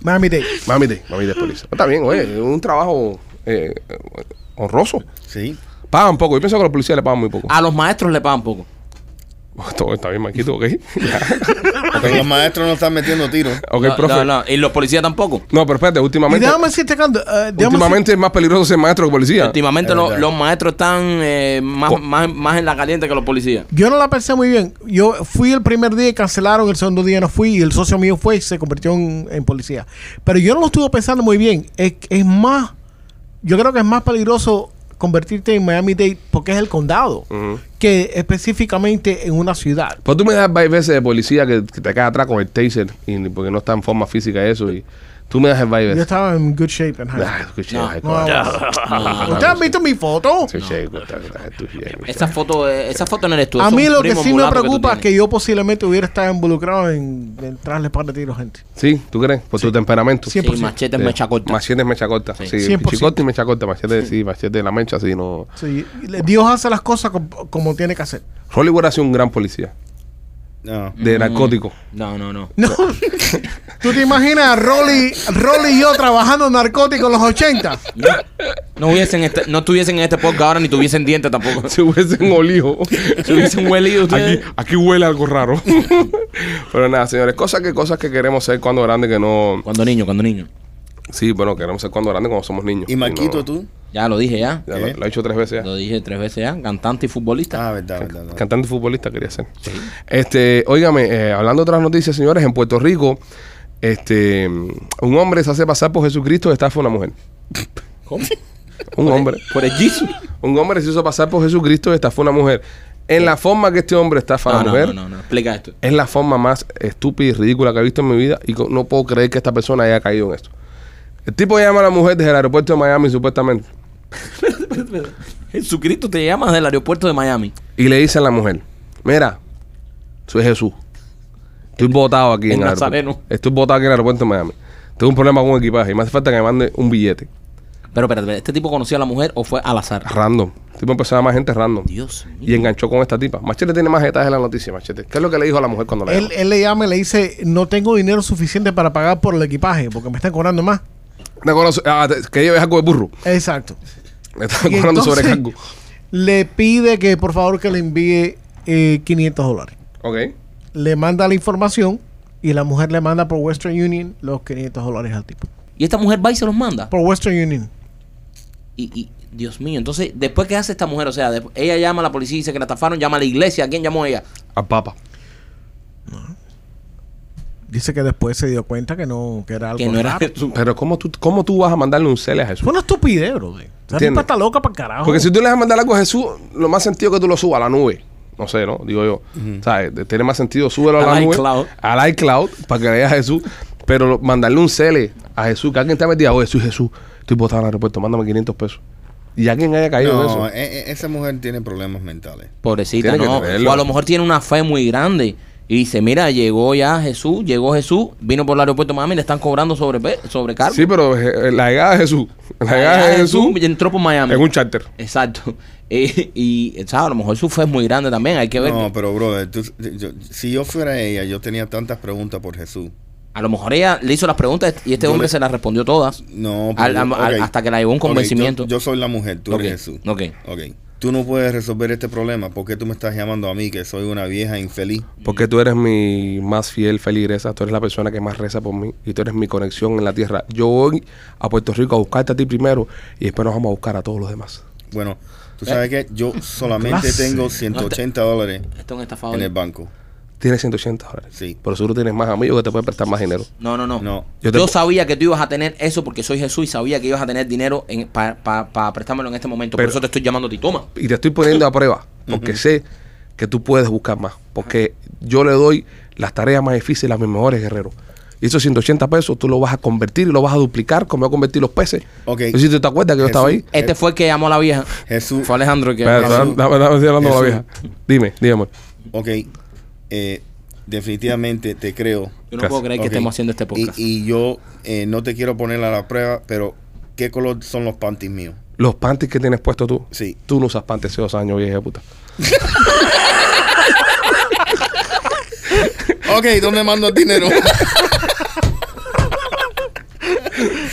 D: Miami Dade.
A: Mami de, mami de policía. Está bien, oye, es un trabajo eh, honroso.
F: Sí.
A: Pagan poco. Yo pienso que a los policías le pagan muy poco.
C: A los maestros le pagan poco.
A: Todo está bien, Maquito, ok. Ya.
F: Pero los maestros no están metiendo tiros.
A: Ok,
C: No,
A: profe.
C: no,
A: No,
C: no. Y los policías tampoco.
A: pero espérate,
D: Y
A: últimamente.
D: déjame decirte, Cando, eh, déjame
A: últimamente es más peligroso ser maestro que policía.
C: Últimamente
F: Es
C: lo-
F: verdad.
C: los maestros están eh, más, más, más en la caliente que los policías.
D: Yo no la pensé muy bien. Yo fui el primer día y cancelaron, el segundo día no fui y el socio mío fue y se convirtió en, en policía. Pero yo no lo estuve pensando muy bien. Es, es más, yo creo que es más peligroso convertirte en Miami Dade porque es el condado que específicamente en una ciudad.
A: Pues tú me das varias veces de policía que, que te quedas atrás con el taser y, ni- porque no está en forma física eso. Y tú me das el varias
D: Yo
A: veces.
D: estaba en good shape en high
A: Ah,
D: school.
A: qué
C: No,
A: chévere,
D: No,
A: coño.
D: no. ¿Ustedes han visto mi foto?
A: Qué chévere, coño, está- está- está- está-
C: Esa foto, eh, esa foto en el estudio.
D: A
C: es un
D: mí lo que
C: primo
D: sí me
C: mulato tú
D: preocupa es que
C: tienes.
D: yo posiblemente hubiera estado involucrado en, en darle par de tiros, gente.
A: Sí, ¿tú crees? Por tu temperamento.
D: Siempre.
C: Sí, machete es
A: Sí.
C: mecha corta.
A: Machete es mecha corta. Sí,
C: Sí.
A: Chicote y mecha corta. Machete, sí, machete de la mecha, sí, no.
D: Sí, le- Dios hace las cosas com- como tiene que hacer.
A: Rolly Ward ha sido un gran policía.
F: No.
C: Mm.
A: De narcótico.
C: No, no, no.
D: No. ¿Tú te imaginas a Rolly, Rolly y yo trabajando narcóticos en los 80?
C: No, no hubiesen este- no estuviesen en este podcast ahora ni tuviesen dientes tampoco.
A: Si hubiesen olido.
C: Si hubiesen huelido
A: Aquí,
C: ustedes.
A: aquí huele algo raro. Pero nada, señores, cosas que cosas que queremos ser cuando grandes que no.
C: Cuando niño, cuando niño.
A: Sí, bueno, queremos ser cuando grandes cuando somos niños.
F: Y Marquito,
A: No,
F: tú.
C: Ya lo dije ya.
A: ya lo,
F: ¿Eh?
A: lo he dicho tres veces ya.
C: Lo dije tres veces ya. Cantante y futbolista.
F: Ah, verdad, verdad. verdad.
A: Cantante futbolista quería ser. Este, óigame, eh, hablando de otras noticias, señores, en Puerto Rico, este, un hombre se hace pasar por Jesucristo y estafa a una mujer.
C: ¿Cómo?
A: Un hombre.
C: Por el Jesus.
A: Un hombre se hizo pasar por Jesucristo y estafa a una mujer. En la forma que este hombre estafa a
C: No,
A: la
C: no,
A: mujer,
C: no, no, no. Explica esto.
A: es la forma más estúpida y ridícula que he visto en mi vida y co- no puedo creer que esta persona haya caído en esto. El tipo llama a la mujer desde el aeropuerto de Miami, supuestamente,
C: Jesucristo te llama del aeropuerto de Miami.
A: y le dice a la mujer, mira, soy Jesús. Estoy botado aquí
C: el
A: en el
C: Nazareno.
A: aeropuerto. Estoy botado aquí en el aeropuerto de Miami. Tengo un problema con equipaje y me hace falta que me mande un billete.
C: Pero espérate, ¿este tipo conoció a la mujer o fue al azar?
A: Random. El tipo empezó a llamar gente random.
C: Dios mío.
A: Y enganchó con esta tipa. Machete tiene más detalles en la noticia, Machete. ¿Qué es lo que le dijo a la mujer cuando la
D: Él,
A: llamó?
D: él le llama y le dice, no tengo dinero suficiente para pagar por el equipaje porque me están cobrando más.
A: Me acuerdo- ah, te- que lleves algo de burro.
D: Exacto.
A: Me están
D: Y
A: cobrando
D: entonces,
A: sobrecargo.
D: Le pide que por favor que le envíe eh, 500 dólares.
A: Ok.
D: Le manda la información y la mujer le manda por Western Union los 500 dólares al tipo.
C: Y esta mujer va y se los manda.
D: Por Western Union.
C: Y, y Dios mío, entonces, ¿después qué hace esta mujer? O sea, desp- ella llama a la policía y dice que la estafaron, llama a la iglesia. ¿A quién llamó ella?
A: Al Papa.
D: Dice que después se dio cuenta que no, que era algo
C: Que no era
D: raro.
C: Jesús.
A: Pero ¿cómo tú, cómo tú vas a mandarle un cel a Jesús?
D: Fue una estupidez, bro. Esa
A: Entiendo.
D: tipa está loca para carajo.
A: Porque si tú le vas a mandar algo a Jesús, lo más sentido es que tú lo subas a la nube. No sé, ¿no? Digo yo. ¿Sabes? De- Tiene más sentido súbelo a la
C: Al
A: nube.
C: iCloud.
A: Al iCloud. Para que le veas a Jesús. Pero lo- mandarle un cel a Jesús. Que alguien te ha metido. Oye, soy Jesús. Estoy botado en el aeropuerto. Mándame 500 pesos. Y alguien haya caído en
F: No,
A: eso.
F: e- e- esa mujer tiene problemas mentales.
C: Pobrecita,
A: Tiene que
C: no.
A: tenerlo.
C: O a lo mejor tiene una fe muy grande. Y dice, mira, llegó ya Jesús, llegó Jesús, vino por el aeropuerto de Miami, le están cobrando sobre sobrecargo.
A: Sí, pero eh, la llegada de Jesús. La llegada de Jesús.
C: y entró por Miami.
A: En un charter.
C: Exacto. Eh, y, ¿sabes? A lo mejor su fe es muy grande también. Hay que ver.
F: No, pero brother, tú- yo- si yo fuera ella, yo tenía tantas preguntas por Jesús.
C: A lo mejor ella le hizo las preguntas y este
F: Yo
C: hombre
F: le-
C: se las respondió todas.
F: No,
C: Al-
F: pero-
C: al-
F: ok.
C: hasta que la llevó a un
F: Ok, yo-
C: convencimiento.
F: yo, soy la mujer, tú eres Jesús.
C: Ok, ok.
F: Ok. Tú no puedes resolver este problema. ¿Por qué tú me estás llamando a mí, que soy una vieja infeliz?
A: Porque tú eres mi más fiel feligresa, tú eres la persona que más reza por mí y tú eres mi conexión en la tierra. Yo voy a Puerto Rico a buscarte a ti primero y después nos vamos a buscar a todos los demás.
F: Bueno, tú
C: Eh.
F: sabes que yo solamente
D: Clase.
F: tengo 180 dólares
C: Esto es un estafador.
F: en el banco.
A: Tienes 180 dólares.
F: Sí.
A: Pero seguro tienes más amigos que te pueden prestar más dinero.
C: No, no, no.
F: No.
A: Yo
C: Yo,
A: te-
C: sabía que tú ibas a tener eso porque soy Jesús y sabía que ibas a tener dinero para prestármelo en este momento.
A: Pero-
C: Por eso te estoy llamando a ti. Toma.
A: Y te estoy poniendo a prueba porque sé que tú puedes buscar más. Porque yo le doy las tareas más difíciles a mis mejores guerreros. Y esos 180 pesos tú lo vas a convertir y lo vas a duplicar como yo convertí los peces.
F: Ok.
A: No sé si tú te acuerdas que yo estaba ahí.
F: Jesús.
C: Este fue el que llamó a la vieja.
F: Jesús.
C: Fue Alejandro el que.
A: Espera,
F: Jesús.
A: dame- dame- estoy hablando con la
F: Jesús.
A: vieja. Dime, dígame.
F: Ok. eh, definitivamente te creo.
C: Yo no puedo creer que
F: Ok.
C: estemos haciendo este podcast.
F: Y, y yo eh, no te quiero poner a la prueba, pero ¿qué color son los panties míos?
A: Los panties que tienes puesto tú.
F: Sí.
A: Tú no usas panties hace dos años, vieja puta.
F: Ok, ¿dónde mando el dinero?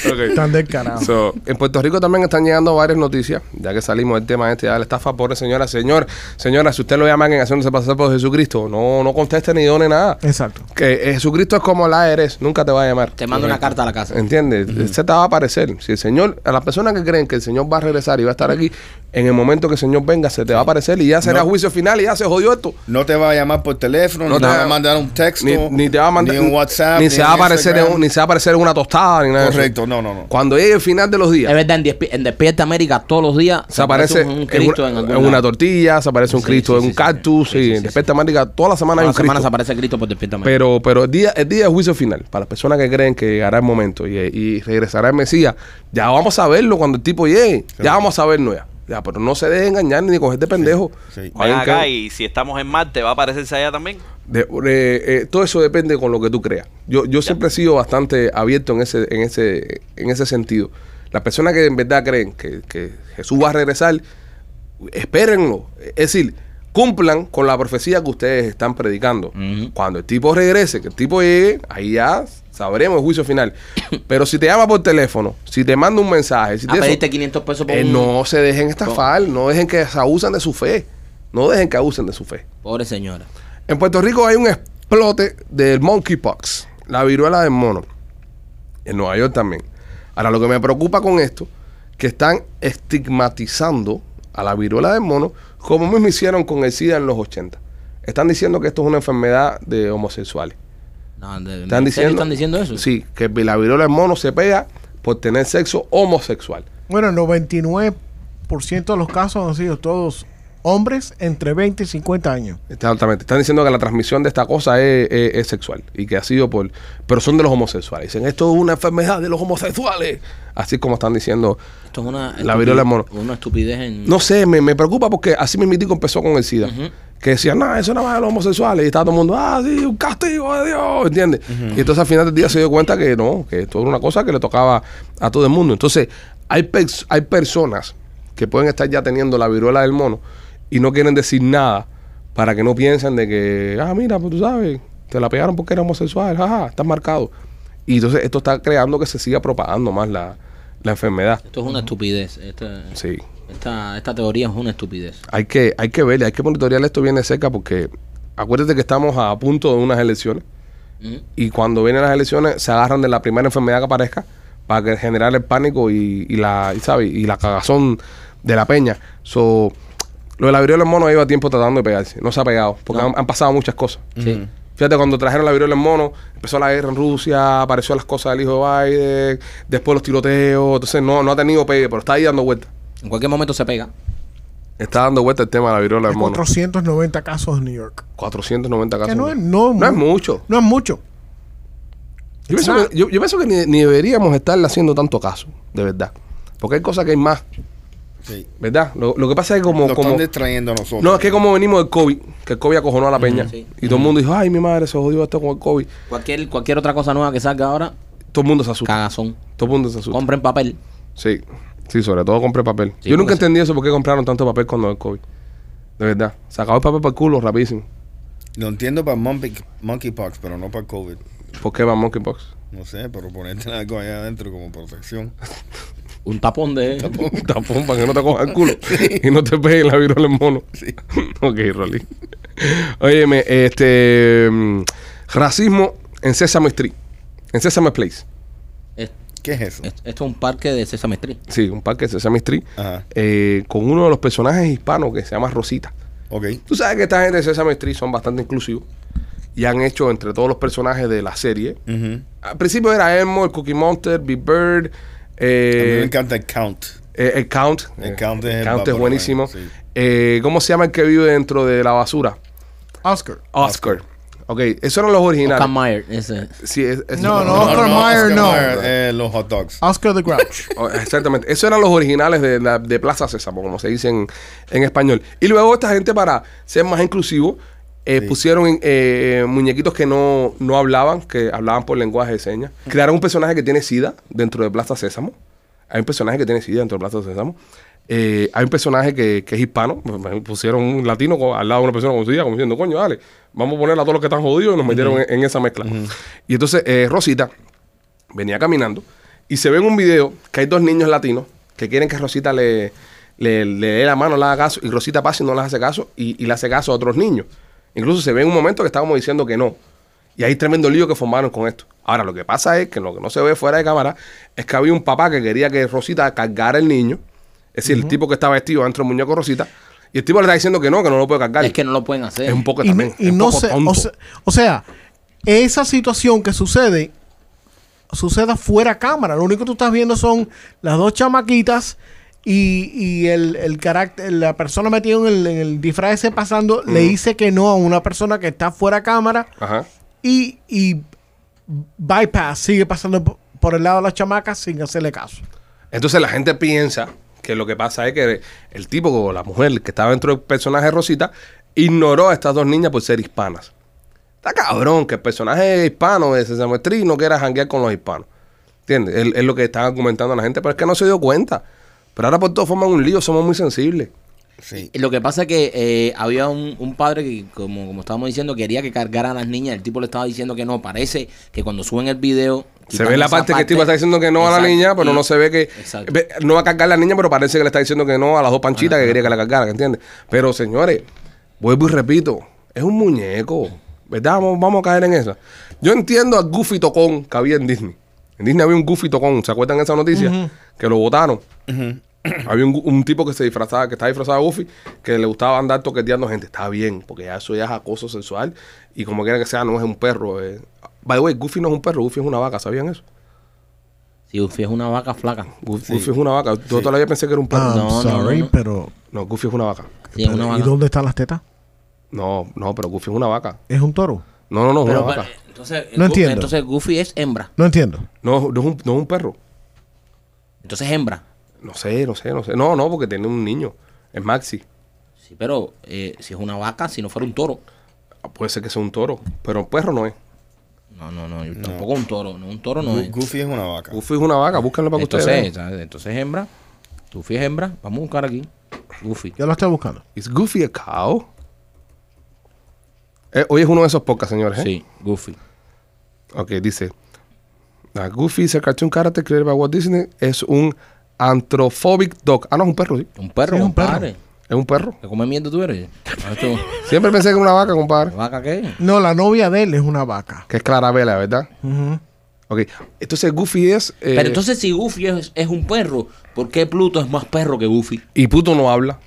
A: Ok,
D: Están del carajo.
A: So, en Puerto Rico también están llegando varias noticias, ya que salimos del tema este, ya la estafa pobre señora, señor, señora, si usted lo llaman en haciéndose pasar por Jesucristo, no, no conteste ni done nada.
D: Exacto.
A: Que eh, Jesucristo es como la eres, nunca te va a llamar.
C: Te mando una carta a la
F: Eh,
C: casa.
A: ¿Entiendes? Se te va a aparecer. Si el Señor, a las personas que creen que el Señor va a regresar y va a estar aquí, en el momento que el Señor venga, se te va a aparecer y ya será
F: No.
A: juicio final y ya se jodió esto.
F: No te va a llamar por teléfono,
A: No
F: no
A: te
F: te va
A: va-
F: a mandar un texto,
A: Ni, ni te va a mandar
F: ni un WhatsApp,
A: ni se va a
F: un
A: aparecer en,
F: Instagram.
A: un- ni se va a aparecer en una tostada, ni nada. de eso.
F: Correcto, no, no, no.
A: Cuando llegue el final de los días,
C: Es verdad, en, Despi- en Despierta América todos los días
A: se aparece
C: un, un
A: en
C: Cristo
A: una-
C: en,
A: en,
C: algún
A: una
C: lado.
A: tortilla, se aparece un
C: Sí,
A: Cristo
C: sí,
A: en
C: sí,
A: un
C: sí,
A: cactus,
C: sí, sí,
A: y
C: sí,
A: en
C: sí.
A: Despierta América, toda la semana
C: Todas
A: hay un
C: las semanas
A: Cristo.
C: aparece Cristo por Despierta América.
A: Pero, pero el día, el día de juicio final, para las personas que creen que llegará el momento y, y regresará el Mesías, ya vamos a verlo cuando el tipo llegue. Ya vamos a verlo ya. Ya, pero no se deje engañar ni coger de pendejo.
F: sí.
A: Hay
G: Ven
A: un
G: acá
A: que-
G: y si estamos en Marte, ¿va a aparecerse allá también?
A: de- eh, eh, todo eso depende con lo que tú creas. Yo, yo siempre he sido bastante abierto en ese, en ese, en ese sentido. Las personas que en verdad creen que, que Jesús va a regresar, espérenlo. Es decir, cumplan con la profecía que ustedes están predicando.
C: Ujú.
A: Cuando el tipo regrese, que el tipo llegue, ahí ya sabremos el juicio final. Pero si te llama por teléfono, si te manda un mensaje, si
C: a
A: te
C: pedirte 500 Ah, pesos por
A: eh,
C: un-
A: no se dejen estafar, no dejen que se abusen de su fe. No dejen que abusen de su fe.
C: Pobre señora.
A: En Puerto Rico hay un explote del monkeypox, la viruela del mono. En Nueva York también. Ahora, lo que me preocupa con esto, que están estigmatizando a la viruela del mono como mismo hicieron con el SIDA en los 80. Están diciendo que esto es una enfermedad de homosexuales.
C: No, de- ¿en
A: Están
C: serio
A: diciendo,
C: están diciendo eso?
A: Sí, que la viruela del mono se pega por tener sexo homosexual.
D: Bueno, el 99% de los casos han sido todos hombres entre 20 y 50 años.
A: Exactamente. Están diciendo que la transmisión de esta cosa es, es- es sexual y que ha sido por... Pero son de los homosexuales. Dicen, esto es una enfermedad de los homosexuales. Así como están diciendo.
C: Esto es una,
A: La viruela del mono.
C: Una estupidez en...
A: No sé, me, me preocupa porque así mismitico empezó con el SIDA. Que decían, no, eso no va de los homosexuales. Y estaba todo el mundo, ah, sí, un castigo de Dios, ¿entiendes? Y entonces al final del día se dio cuenta que no, que esto era una cosa que le tocaba a todo el mundo. Entonces, hay, pers- hay personas que pueden estar ya teniendo la viruela del mono y no quieren decir nada para que no piensen de que, ah, mira, pues tú sabes, te la pegaron porque era homosexual, jaja, estás marcado. Y entonces esto está creando que se siga propagando más la, la enfermedad.
C: Esto es una estupidez. Esta,
A: Sí.
C: esta, esta teoría es una estupidez.
A: Hay que, hay que verle, hay que monitorear esto bien de cerca porque acuérdate que estamos a punto de unas elecciones
C: Mm.
A: y cuando vienen las elecciones se agarran de la primera enfermedad que aparezca para que generar el pánico y, y la y, ¿sabes? y la cagazón de la peña. So, lo de la viruela del mono lleva tiempo tratando de pegarse, no se ha pegado porque
C: No.
A: han, han pasado muchas cosas.
C: Sí.
F: Mm-hmm.
A: Fíjate, cuando trajeron la viruela en mono, empezó la guerra en Rusia, apareció las cosas del hijo de Biden, después los tiroteos, entonces no, no ha tenido pegue, pero está ahí dando vueltas.
C: En cualquier momento se pega.
A: Está dando vuelta el tema de la viruela
D: Hay
A: del mono.
D: 490 casos en New York.
A: 490 casos.
D: Que no es, no,
A: No es mucho.
D: No es mucho.
A: Yo pienso que, yo- yo pienso que ni, ni deberíamos estarle haciendo tanto caso, de verdad. Porque hay cosas que hay más,
F: Sí.
A: ¿verdad? Lo, lo que pasa es que como...
F: Nos
A: como
F: están distrayendo a nosotros.
A: no, es que como venimos del COVID, que el COVID acojonó a la peña.
C: sí.
A: Y todo el mundo dijo, ay, mi madre, se jodió esto con el COVID.
C: Cualquier, cualquier otra cosa nueva que salga ahora,
A: Todo el mundo se asusta.
C: cagazón.
A: Todo el mundo se asusta.
C: Compren papel.
A: Sí, sí, sobre todo compré papel.
C: Sí,
A: yo nunca
C: porque se-
A: entendí eso, por qué compraron tanto papel cuando el COVID. De verdad. Se acabó el papel para el culo rapidísimo.
F: Lo entiendo para monkey, monkeypox, pero no para COVID.
A: ¿Por qué va Monkeypox?
F: No sé, pero ponerte algo allá adentro como protección.
C: Un tapón de...
A: Un tapón para que no te coja el culo y no te peguen la virola en mono. ok, Rolly. Óyeme, este. mm, Racismo en Sesame Street. En Sesame Place.
C: Es-
F: ¿Qué es eso?
C: es- esto es un parque de Sesame Street.
A: Sí, un parque de Sesame Street.
F: Ajá.
A: eh, con uno de los personajes hispanos que se llama Rosita.
F: Ok.
A: Tú sabes que esta gente de Sesame Street son bastante inclusivos y han hecho entre todos los personajes de la serie.
F: Ujú.
A: Al principio era Elmo, el Cookie Monster, Big Bird.
F: A mí me
A: Eh,
F: encanta el count.
A: Eh, el Count.
F: El
A: Eh,
F: Count es el
A: Count
F: Batman,
A: buenísimo.
F: sí.
A: Eh, ¿Cómo se llama el que vive dentro de la basura?
D: Oscar.
A: Oscar. Ok, esos eran los originales.
C: Oscar Mayer, ese.
A: Sí, es- es-
D: No, no. Oscar Mayer, no. Ah,
F: eh, los hot dogs.
D: Oscar the Grouch.
A: Oh, Exactamente. Esos eran los originales de, la- de Plaza Sésamo, como se dice en, en español. Y luego esta gente, para ser más inclusivo, eh,
F: Sí.
A: pusieron eh, muñequitos que no, no hablaban, que hablaban por lenguaje de señas. Crearon un personaje que tiene SIDA dentro de Plaza Sésamo. Hay un personaje que tiene SIDA dentro de Plaza Sésamo. Eh, hay un personaje que, que es hispano. Pues, Me Pusieron un latino co- al lado de una persona con SIDA, como diciendo, coño, dale, vamos a poner a todos los que están jodidos y nos metieron en, en esa mezcla. Y entonces, eh, Rosita venía caminando Y se ve en un video que hay dos niños latinos que quieren que Rosita le, le, le dé la mano, no le haga caso, y Rosita pasa y no le hace caso, y, y le hace caso a otros niños. Incluso se ve en un momento que estábamos diciendo que no. Y hay tremendo lío que formaron con esto. Ahora, lo que pasa es que lo que no se ve fuera de cámara es que había un papá que quería que Rosita cargara el niño. Es decir, el tipo que estaba vestido dentro del muñeco de Rosita. Y el tipo le está diciendo que no, que no lo puede cargar.
C: Es que no lo pueden hacer.
A: Es un poco
D: Y,
A: también.
D: y
A: es un
D: no
A: poco
D: sé,
A: tonto.
D: o se- o sea, esa situación que sucede, suceda fuera cámara. Lo único que tú estás viendo son las dos chamaquitas y, y el, el carácter, la persona metida en el, en el disfraz ese pasando le dice que no a una persona que está fuera cámara
A: Ajá.
D: y, y bypass sigue pasando po- por el lado de las chamacas sin hacerle caso.
A: Entonces la gente piensa que lo que pasa es que el tipo o la mujer que estaba dentro del personaje de Rosita ignoró a estas dos niñas por ser hispanas. Está cabrón que el personaje hispano de Sesame Street no quiera janguear con los hispanos. ¿Entiendes? Es, es lo que están comentando la gente, pero es que no se dio cuenta. Pero ahora por todo forman un lío, somos muy sensibles.
F: Sí.
C: Lo que pasa es que eh, había un, un padre que, como, como estábamos diciendo, quería que cargaran a las niñas. El tipo le estaba diciendo que no. Parece que cuando suben el video.
A: Se
C: quitan
A: ve la
C: esa
A: parte, que el tipo está diciendo que no a la
C: Exacto.
A: niña, pero
C: Y-
A: no se ve que
C: Exacto.
A: ve- no va a cargar a la niña, pero parece que le está diciendo que no a las dos panchitas que quería que la cargaran, ¿entiendes? Pero señores, vuelvo y repito, es un muñeco, ¿verdad? Vamos, vamos a caer en esa. Yo entiendo al Goofy Tocón que había en Disney. En Disney había un Goofy Tocón, ¿se acuerdan de esa noticia? Que lo votaron. Había un, gu- un tipo que se disfrazaba, que estaba disfrazado de Goofy, que le gustaba andar toqueteando gente. Está bien, porque ya eso ya es acoso sexual y como quiera que sea, no es un perro. eh. By the way, Goofy no es un perro, Goofy es una vaca, ¿sabían eso?
C: Si Goofy es una vaca flaca.
A: Goofy, Goofy es una vaca. Yo todavía pensé que era un perro.
C: Ah.
A: no.
C: No, no, sorry, no, no.
D: pero,
A: Goofy es una vaca.
C: Sí, es una vaca.
D: ¿y dónde están las tetas?
A: No, no, pero Goofy es una vaca.
D: ¿Es un toro?
A: No, no, no, es
C: Pero,
A: una
C: pero,
A: vaca.
C: entonces,
D: No
C: Gu-
D: entiendo.
C: Entonces Goofy es hembra.
D: No entiendo.
A: No, no es un, no es un perro.
C: Entonces hembra.
A: No sé, no sé, no sé. No, no, porque tiene un niño. Es Maxi.
C: Sí, pero eh, si es una vaca, si no fuera un toro.
A: Ah, Puede ser que sea un toro, pero un perro no es.
C: No, no, no. yo Tampoco un toro. No, un toro no
D: eh.
F: Gu-
C: es.
F: Goofy es una vaca.
A: Goofy es una vaca, búsquenlo para que ustedes
C: Entonces,
A: vean.
C: ¿sabes? entonces hembra. Goofy es hembra. Vamos a buscar aquí. Goofy.
D: Yo lo estoy buscando.
A: ¿Es Goofy a cow? Eh, hoy es uno de esos podcasts, señores. ¿eh?
C: Sí, Goofy.
A: Ok, dice. "Ah, Goofy is a cartoon character created by Walt Disney. Es un antrophobic dog. Ah, no, es un perro, sí.
C: Un perro,
D: Sí, es un perro.
C: compadre.
A: Es un perro.
C: ¿Qué come mierda tú eres? Ah, tú,
A: Siempre pensé que era una vaca, compadre.
C: ¿Vaca qué?
D: No, la novia de él es una vaca.
A: Que es Clarabella, ¿verdad?
D: Ujú.
A: Ok. Entonces Goofy es. eh,
C: Pero entonces si Goofy es, es un perro, ¿por qué Pluto es más perro que Goofy?
A: Y puto no habla.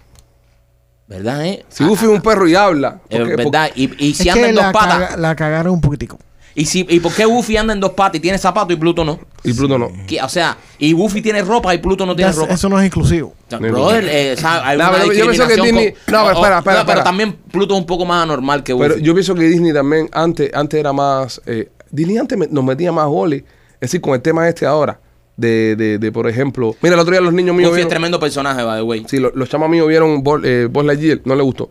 C: ¿Verdad, eh?
A: Si Goofy es un perro y habla.
C: Eh,
A: ¿por qué?
C: ¿Verdad? Y, y si
D: Es
C: anda
D: que
C: en dos
D: la
C: patas.
D: caga- la cagaron un poquitico.
C: ¿Y, si, ¿Y por qué Goofy anda en dos patas y tiene zapatos y Pluto no?
A: Porque- Y Pluto no.
C: Que- O sea, y Goofy tiene ropa y Pluto no tiene
D: That's-
C: ropa.
D: eso no es inclusivo.
C: O sea, brother, eh, o sea, hay
A: No,
C: una
A: pero yo pienso que
C: discriminación
A: Disney-
C: con-
A: no, pero
C: o-
A: espera,
C: o-
A: espera, espera.
C: Pero también Pluto es un poco más anormal que Goofy.
A: Pero yo pienso que Disney también, antes, antes era más. eh, Disney antes me- nos metía más goles. Es decir, con el tema este ahora. De, de, de, por ejemplo. Mira, el otro día los niños míos.
C: Goofy es
A: vieron-
C: tremendo personaje, by the way.
A: Sí, lo- los chamas míos vieron Buzz eh, Buzz Lightyear, no le gustó.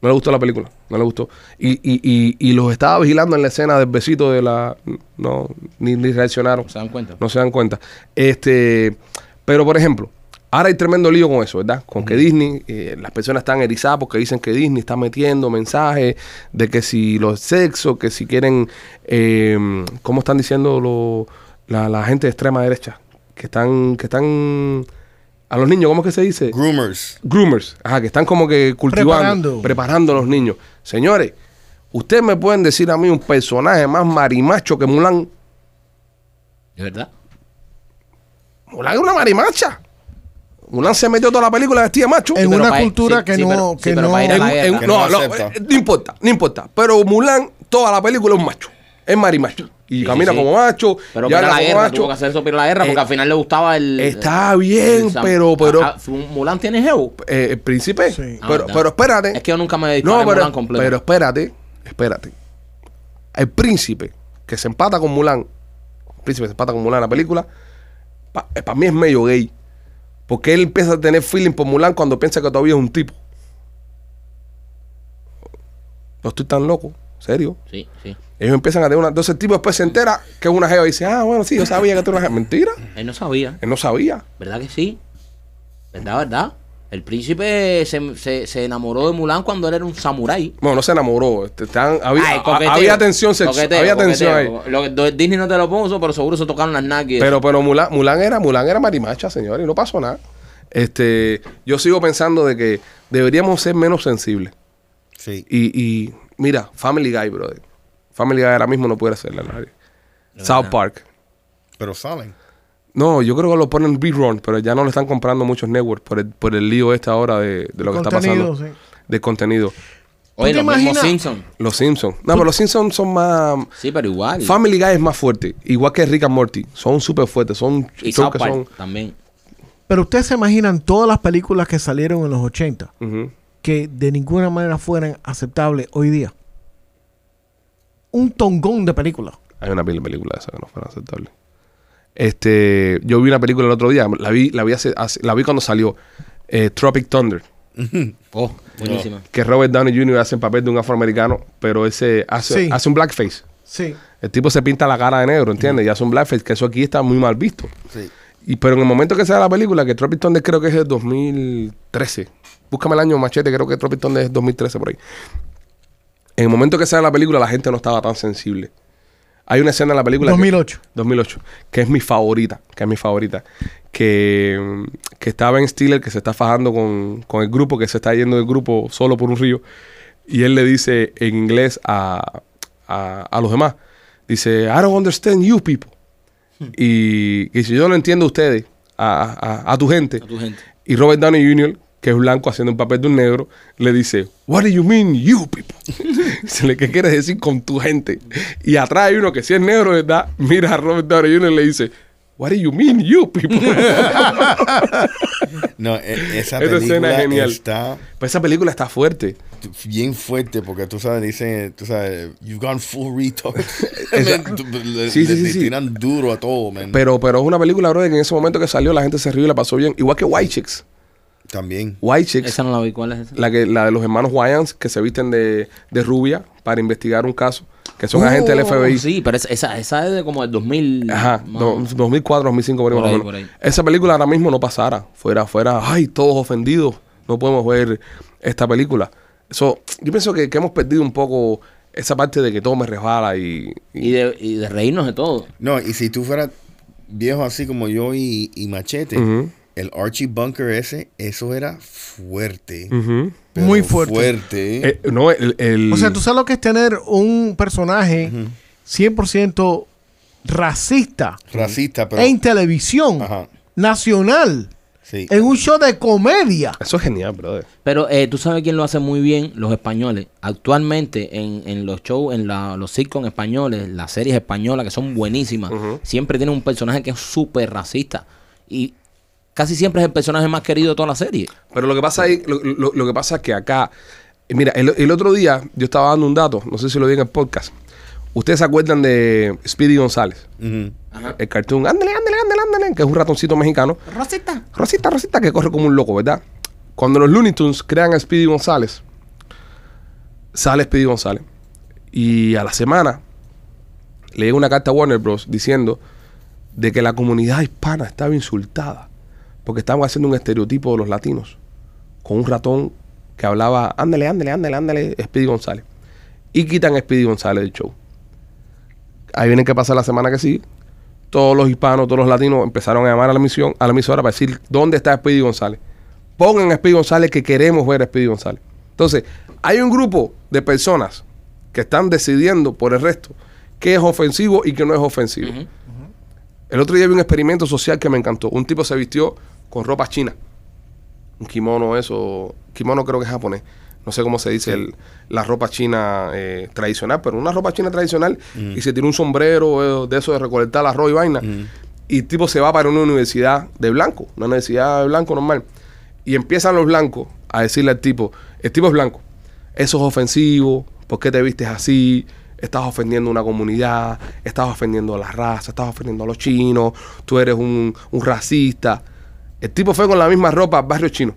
A: No le gustó la película, no le gustó. Y, y, y, y los estaba vigilando en la escena del besito de la... No, ni, ni reaccionaron.
C: ¿Se dan cuenta?
A: No se dan cuenta. Este, pero, por ejemplo, ahora hay tremendo lío con eso, ¿verdad? Con que Disney, eh, las personas están erizadas porque dicen que Disney está metiendo mensajes de que si los sexos, que si quieren, eh, ¿cómo están diciendo lo- la, la gente de extrema derecha? Que están, que están, a los niños, ¿cómo es que se dice?
F: Groomers.
A: groomers, ajá, que están como que cultivando, preparando.
D: Preparando.
A: a los niños. Señores, ustedes me pueden decir a mí un personaje más marimacho que Mulan.
C: ¿De verdad?
A: Mulan es una marimacha. Mulan se metió toda la película vestida de macho.
D: En
C: pero
D: una
C: pa-
D: cultura
C: sí,
D: que
C: sí,
D: no.
C: pero- sí,
D: que
C: pero
D: no-
C: pa' ir a la
A: En- en-
F: que
A: no,
F: no
A: no,
F: acepta.
A: eh, no importa, no importa. Pero Mulan, toda la película es un macho. Es marimacho. Y
C: Sí,
A: camina
C: sí, sí.
A: como macho.
C: Pero
A: y
C: para
A: habla
C: la
A: como
C: guerra,
A: macho.
C: tuvo que hacer eso para la guerra porque
A: Eh,
C: al final le gustaba el.
A: está bien, pero- pero-
C: Ah, ah, Mulan tiene geo.
A: Eh, el príncipe.
D: Sí.
C: Ah,
A: Pero,
C: verdad.
A: pero espérate.
C: Es que yo nunca me dediqué
A: No,
C: a
A: pero,
C: Mulan completo.
A: pero espérate, espérate. El príncipe que se empata con Mulan, el príncipe se empata con Mulan en la película, para mí es medio gay. Porque él empieza a tener feeling por Mulan cuando piensa que todavía es un tipo. No estoy tan loco, serio.
C: Sí, sí.
A: Ellos empiezan a tener una. Entonces el tipo después se entera que es una jeva y dice, ah, bueno, sí, yo sabía que tú eras una jeva. Mentira.
C: Él no sabía.
A: Él no sabía.
C: ¿Verdad que sí? ¿Verdad, verdad? El príncipe se, se- se enamoró de Mulan cuando él era un samurái.
A: Bueno, no se enamoró. este, estaban- había,
C: Ay,
A: a-
C: coqueteo,
A: había tensión sexual.
C: coqueteo,
A: Había tensión ahí.
C: coqueteo. Lo que- do- Disney no te lo puso, pero seguro se tocaron las nalgas.
A: Pero, pero Mulan, Mulan era, Mulan era marimacha, señor, y no pasó nada. Este, yo sigo pensando de que deberíamos ser menos sensibles.
F: Sí.
A: Y, y mira, Family Guy, brother. Family Guy ahora mismo no puede hacerle a nadie. South Park.
F: Pero salen.
A: No, yo creo que lo ponen rerun, pero ya no lo están comprando muchos networks por el, por el lío esta ahora de, de lo que
D: Contenido,
A: está pasando.
D: sí.
A: De contenido.
C: Oye,
D: ¿Tú te
C: los mismos
D: imaginas?
C: Simpsons.
A: Los Simpsons. No, pero los Simpsons son más...
C: Sí, pero igual.
A: Family Guy es más fuerte, igual que Rick and Morty. Son súper fuertes, son
C: y
A: shows
C: South
A: que
C: Park
A: son...
C: también.
D: Pero ustedes se imaginan todas las películas que salieron en los 80
A: Ujú.
D: que de ninguna manera fueran aceptables hoy día. Un tongón de películas.
A: Hay una peli- película de esa que no fue aceptable. Este, yo vi una película el otro día, la vi, la vi, hace- hace- la vi cuando salió, eh, Tropic Thunder,
C: Oh, buenísima.
A: que Robert Downey Jr. hace el papel de un afroamericano, pero ese hace,
D: Sí.
A: hace un blackface.
D: Sí.
A: El tipo se pinta la cara de negro, ¿entiendes? Y hace un blackface, que eso aquí está muy mal visto.
F: Sí.
A: Y, pero en el momento que sale la película, que Tropic Thunder creo que es el 2013. Búscame el año machete, creo que Tropic Thunder es 2013 por ahí. En el momento que sale la película, la gente no estaba tan sensible. Hay una escena en la película. que-
D: 2008.
A: 2008, que es mi favorita, que es mi favorita. Que, mm, que está Ben Stiller, que se está fajando con, con el grupo, que se está yendo del grupo solo por un río. Y él le dice en inglés a, a, a los demás, dice, I don't understand you people. Y, y si yo no entiendo a ustedes, a, a- a tu gente.
C: A tu gente.
A: Y Robert Downey Jr., que es blanco haciendo un papel de un negro, le dice, What do you mean, you people? Se le, ¿Qué quieres decir con tu gente? Y atrás hay uno que si es negro, ¿verdad? Mira a Robert Downey Jr. y le dice, What do you mean, you people?
F: No, e- esa
A: Esa escena es
F: película
A: genial.
F: está
A: pues esa película está fuerte.
F: bien fuerte porque tú sabes, dicen, tú sabes, you've gone full retard.
A: Exacto.
F: le,
A: Sí,
F: sí,
A: sí, sí, sí.
F: tiran duro a todo, man.
A: Pero, pero es una película, bro, que en ese momento que salió la gente se rió y la pasó bien. Igual que White Chicks.
F: También.
A: White Chicks.
C: Esa no la vi. ¿Cuál es esa?
A: La, que, la de los hermanos Wyans que se visten de, de rubia para investigar un caso, que son
C: Oh,
A: agentes del FBI.
C: Sí, pero esa, esa, esa es de como el 2000.
A: Ajá,
C: más
A: do-
C: o menos.
A: 2004, 2005, por ahí,
C: Por
A: más o
C: ahí,
A: menos.
C: por ahí.
A: Esa película ahora mismo no pasara. Fuera, fuera, ay, todos ofendidos. No podemos ver esta película. Eso, yo pienso que, que hemos perdido un poco esa parte de que todo me resbala y... y-
C: Y de, y de reírnos de todo.
F: No, y si tú fueras viejo así como yo y, y Machete,
A: Ujú.
F: el Archie Bunker ese, eso era fuerte.
A: Ujú.
F: pero
D: Muy fuerte.
F: Fuerte.
A: Eh, no, el... el-
D: O sea, tú sabes lo que es tener un personaje 100% racista
F: racista, pero.
D: en televisión
F: Ajá.
D: nacional,
F: Sí.
D: en un show de comedia.
A: Eso es genial, brother.
C: Pero eh, tú sabes quién lo hace muy bien, los españoles. Actualmente en, en los shows, en la- los sitcoms españoles, las series españolas que son buenísimas, siempre tienen un personaje que es súper racista. Y casi siempre es el personaje más querido de toda la serie.
A: Pero lo que pasa ahí, lo, lo- lo que pasa es que acá, mira, el, el otro día yo estaba dando un dato, no sé si lo vi en el podcast. Ustedes se acuerdan de Speedy González,
F: Ujú.
A: el cartoon, ándale, ándale, ándale, ándale, que es un ratoncito mexicano.
E: Rosita.
A: Rosita, Rosita, que corre como un loco, ¿verdad? Cuando los Looney Tunes crean a Speedy González, sale Speedy González. Y a la semana le llega una carta a Warner Bros. diciendo de que la comunidad hispana estaba insultada porque estaban haciendo un estereotipo de los latinos con un ratón que hablaba, ándale, ándale, ándale, ándale, Speedy González. Y quitan a Speedy González del show. Ahí vienen que pasa la semana que sigue todos los hispanos, todos los latinos empezaron a llamar a la misión, a la emisora para decir dónde está Speedy González. Pongan a Speedy González que queremos ver a Speedy González. Entonces, hay un grupo de personas que están decidiendo por el resto qué es ofensivo y qué no es ofensivo. El otro día vi un experimento social que me encantó. Un tipo se vistió con ropa china. Un kimono, eso. Kimono creo que es japonés. No sé cómo se dice el- la ropa china eh, tradicional, pero una ropa china tradicional. Y se tiene un sombrero eh, de eso de recolectar arroz y vaina.
F: Mm.
A: Y el tipo se va para una universidad de blanco, una universidad de blanco normal. Y empiezan los blancos a decirle al tipo: el tipo es blanco. Eso es ofensivo. ¿Por qué te vistes así? Estás ofendiendo a una comunidad, estás ofendiendo a la raza, estás ofendiendo a los chinos, tú eres un, un racista. El tipo fue con la misma ropa al barrio chino.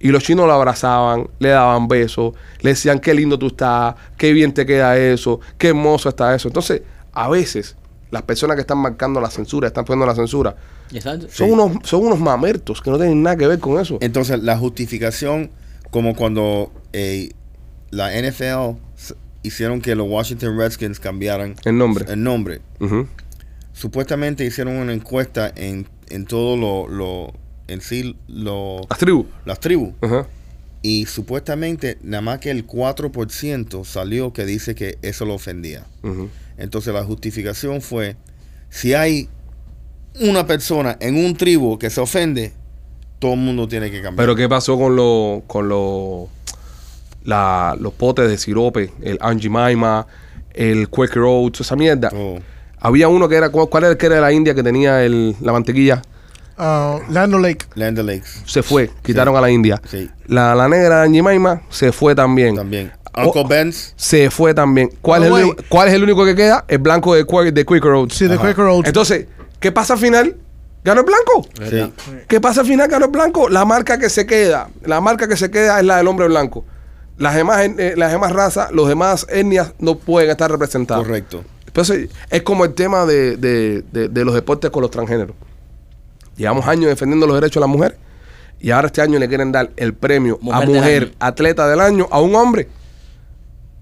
A: Y los chinos lo abrazaban, le daban besos, le decían qué lindo tú estás, qué bien te queda eso, qué hermoso está eso. Entonces, a veces las personas que están marcando la censura, están poniendo la censura,
C: Exacto.
A: son, unos, son unos mamertos que no tienen nada que ver con eso.
F: Entonces, la justificación, como cuando eh, la NFL s- hicieron que los Washington Redskins cambiaran
A: El nombre.
F: El nombre.
A: Ujú.
F: Supuestamente hicieron una encuesta en, en todo lo, lo- en sí, lo,
A: Las tribus.
F: las tribus.
A: Ajá.
F: Y supuestamente nada más que el 4% salió que dice que eso lo ofendía.
A: Ujú.
F: Entonces la justificación fue, si hay una persona en un tribu que se ofende, todo el mundo tiene que cambiar.
A: Pero ¿qué pasó con los con los la- los potes de sirope? El Angie Maima, el Quaker Oats, esa mierda.
F: Oh.
A: Había uno que era, ¿cuál cuál era el que era de la India que tenía el, la mantequilla?
D: Ah, Lando Lake.
F: Land Lakes.
A: Se fue, quitaron a la India.
F: Sí.
A: La, la negra de Angie Maima se fue también.
F: También. Uncle
A: Oh.
F: Ben's.
A: Se fue también. ¿Cuál,
D: No,
A: es el,
D: Ah, güey.
A: uni- ¿Cuál es el único que queda? El blanco de, Qua- de Quaker Oats.
D: Sí, de Quaker Oats.
A: Entonces, ¿qué pasa al final? ¿Ganó el blanco?
F: Sí.
A: ¿Qué pasa al final, Carlos Blanco? La marca que se queda, la marca que se queda es la del hombre blanco. Las demás, en- eh, las demás razas, los demás etnias no pueden estar representadas.
F: Correcto.
A: Entonces, es como el tema de, de- de- de los deportes con los transgéneros. Llevamos años defendiendo los derechos de la mujer y ahora este año le quieren dar el premio a
C: Mujer del
A: mujer,
C: año.
A: atleta del año, a un hombre.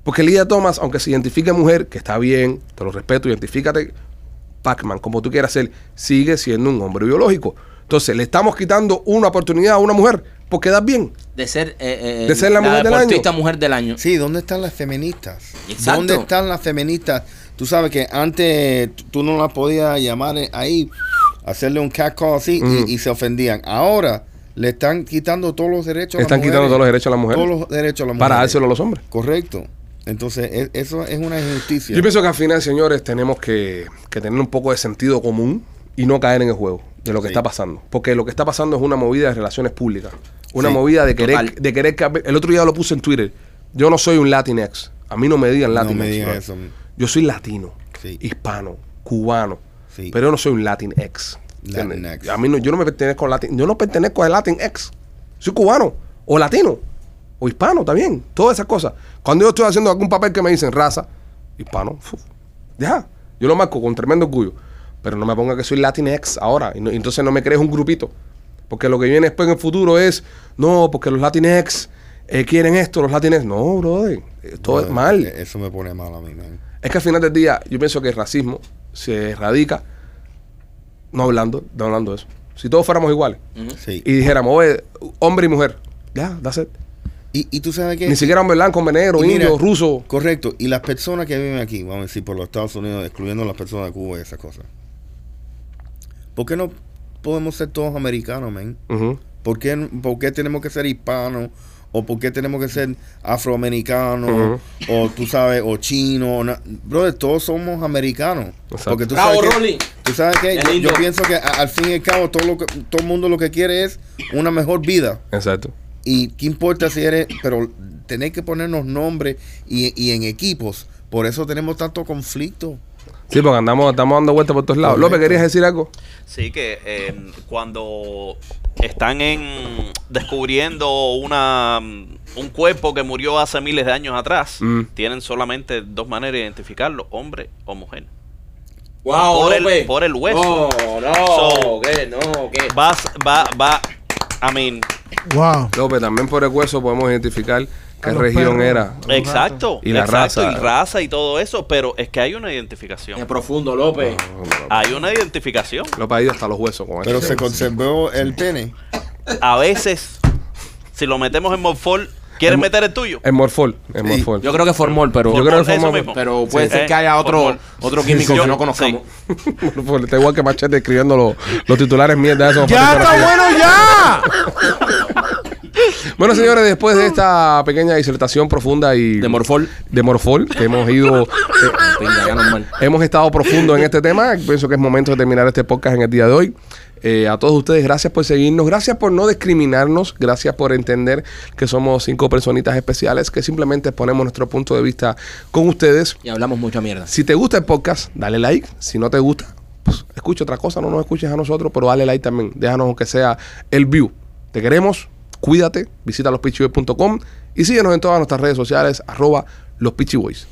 A: Porque Lidia Thomas, aunque se identifique mujer, que está bien, te lo respeto, identifícate, Pac-Man, como tú quieras ser, sigue siendo un hombre biológico. Entonces, le estamos quitando una oportunidad a una mujer por quedar bien.
C: De ser, eh, eh,
A: De ser la mujer del año.
C: deportista mujer del año.
F: Sí, ¿dónde están las feministas?
C: Exacto.
F: ¿Dónde están las feministas? Tú sabes que antes t- tú no las podías llamar eh, ahí, hacerle un catcall así y-
A: Mm.
F: y, se ofendían. Ahora le están quitando todos los derechos
A: Están quitando todos los derechos a las mujeres.
F: Todos los derechos a las
A: Para
F: mujeres.
A: dárselo a los hombres.
F: Correcto. Entonces, e- eso es una injusticia.
A: Yo pienso que al final, señores, tenemos que, que tener un poco de sentido común y no caer en el juego de lo que
F: Sí.
A: está pasando. Porque lo que está pasando es una movida de relaciones públicas. Una
F: Sí,
A: movida de querer,
C: total.
A: de querer que... El otro día lo puse en Twitter. Yo no soy un Latinx. A mí no me digan
F: no
A: Latinx.
F: me digas
A: bro.
F: eso.
A: Yo soy latino,
F: Sí.
A: hispano, cubano.
F: Sí.
A: Pero yo no soy un Latinx. ¿entiendes?
F: Latinx.
A: A mí no, yo no me pertenezco a Latin, yo no pertenezco a Latinx. Soy cubano o latino o hispano también, todas esas cosas. Cuando yo estoy haciendo algún papel que me dicen raza, hispano, fu, ya, yo lo marco con tremendo orgullo, pero no me ponga que soy Latinx ahora, y no- y entonces no me crees un grupito, porque lo que viene después en el futuro es, no, porque los Latinx eh, quieren esto, los Latinx, no, brother, eh, todo es
F: No,
A: mal.
F: e- Eso me pone mal a mí, man.
A: Es que al final del día, yo pienso que el racismo se erradica no hablando, no hablando de eso. Si todos fuéramos iguales
F: Sí.
A: y dijéramos, oye, hombre y mujer, ya, that's it.
F: Y, y tú sabes que...
A: Ni siquiera hombre blanco, hombre negro,
F: Y mira,
A: indio, ruso.
F: Correcto. Y las personas que viven aquí, vamos a decir, por los Estados Unidos, excluyendo las personas de Cuba y esas cosas. ¿Por qué no podemos ser todos americanos, men?
A: Ujú.
F: ¿Por qué, por qué tenemos que ser hispanos? ¿O por qué tenemos que ser afroamericanos? O tú sabes, o chinos. o na- Brother, todos somos americanos.
A: Exacto.
F: Porque tú
C: Bravo,
F: sabes que-
C: Rolly.
F: Tú sabes que
C: Qué
F: yo,
C: lindo.
F: yo pienso que a- al fin y al cabo todo, lo que, todo el mundo lo que quiere es una mejor vida.
A: Exacto.
F: Y qué importa si eres, pero tenés que ponernos nombres y, y en equipos. Por eso tenemos tanto conflicto.
A: Sí, porque andamos, estamos dando vueltas por todos lados.
F: Correcto.
A: López, ¿querías decir algo?
G: Sí, que eh, cuando están en descubriendo una un cuerpo que murió hace miles de años atrás,
A: Mm.
G: tienen solamente dos maneras de identificarlo, hombre o mujer.
C: Wow,
G: Por el-
C: López.
G: por el hueso.
C: No, no,
G: So-
C: que no, que.
G: Vas, va, va, I mean,
D: Wow.
A: López, también por el hueso podemos identificar qué
D: los
A: región
D: perros.
A: era.
G: exacto,
A: Y la
G: exacto,
A: raza.
G: y raza y todo eso, pero es que hay una identificación.
C: Qué profundo, López.
A: Ah,
G: Hay una identificación.
A: López ha ido hasta los huesos con
F: Pero
A: eso.
F: se conservó el pene.
G: A veces, si lo metemos en Morfol, ¿quieres meter el tuyo?
A: En Morfol, en
F: Sí.
A: Morfol.
C: Yo creo que formó el pero.
A: Em, Yo creo que
G: Eso
A: formó-
G: mismo.
C: Pero puede
G: Sí.
C: ser que haya
G: Eh,
C: otro,
G: formol.
C: otro químico
G: Sí,
C: que
G: yo-
C: no conozcamos.
A: Morfol. Está igual que Machete escribiendo los, los titulares mierda. Eso,
D: ¡Ya está bueno ya!
A: Bueno, señores, después de esta pequeña disertación profunda y.
C: De Morfol.
A: De Morfol, que hemos ido. eh,
C: Venga, ya normal.
A: hemos estado profundo en este tema. Pienso que es momento de terminar este podcast en el día de hoy. Eh, a todos ustedes, gracias por seguirnos, gracias por no discriminarnos, gracias por entender que somos cinco personitas especiales que simplemente ponemos nuestro punto de vista con ustedes.
C: Y hablamos mucha mierda.
A: Si te gusta el podcast, dale like. Si no te gusta, pues escucha otra cosa, no nos escuches a nosotros, pero dale like también. Déjanos aunque sea el view. Te queremos, cuídate, visita lospitchyboys.com y síguenos en todas nuestras redes sociales, arroba lospitchyboys.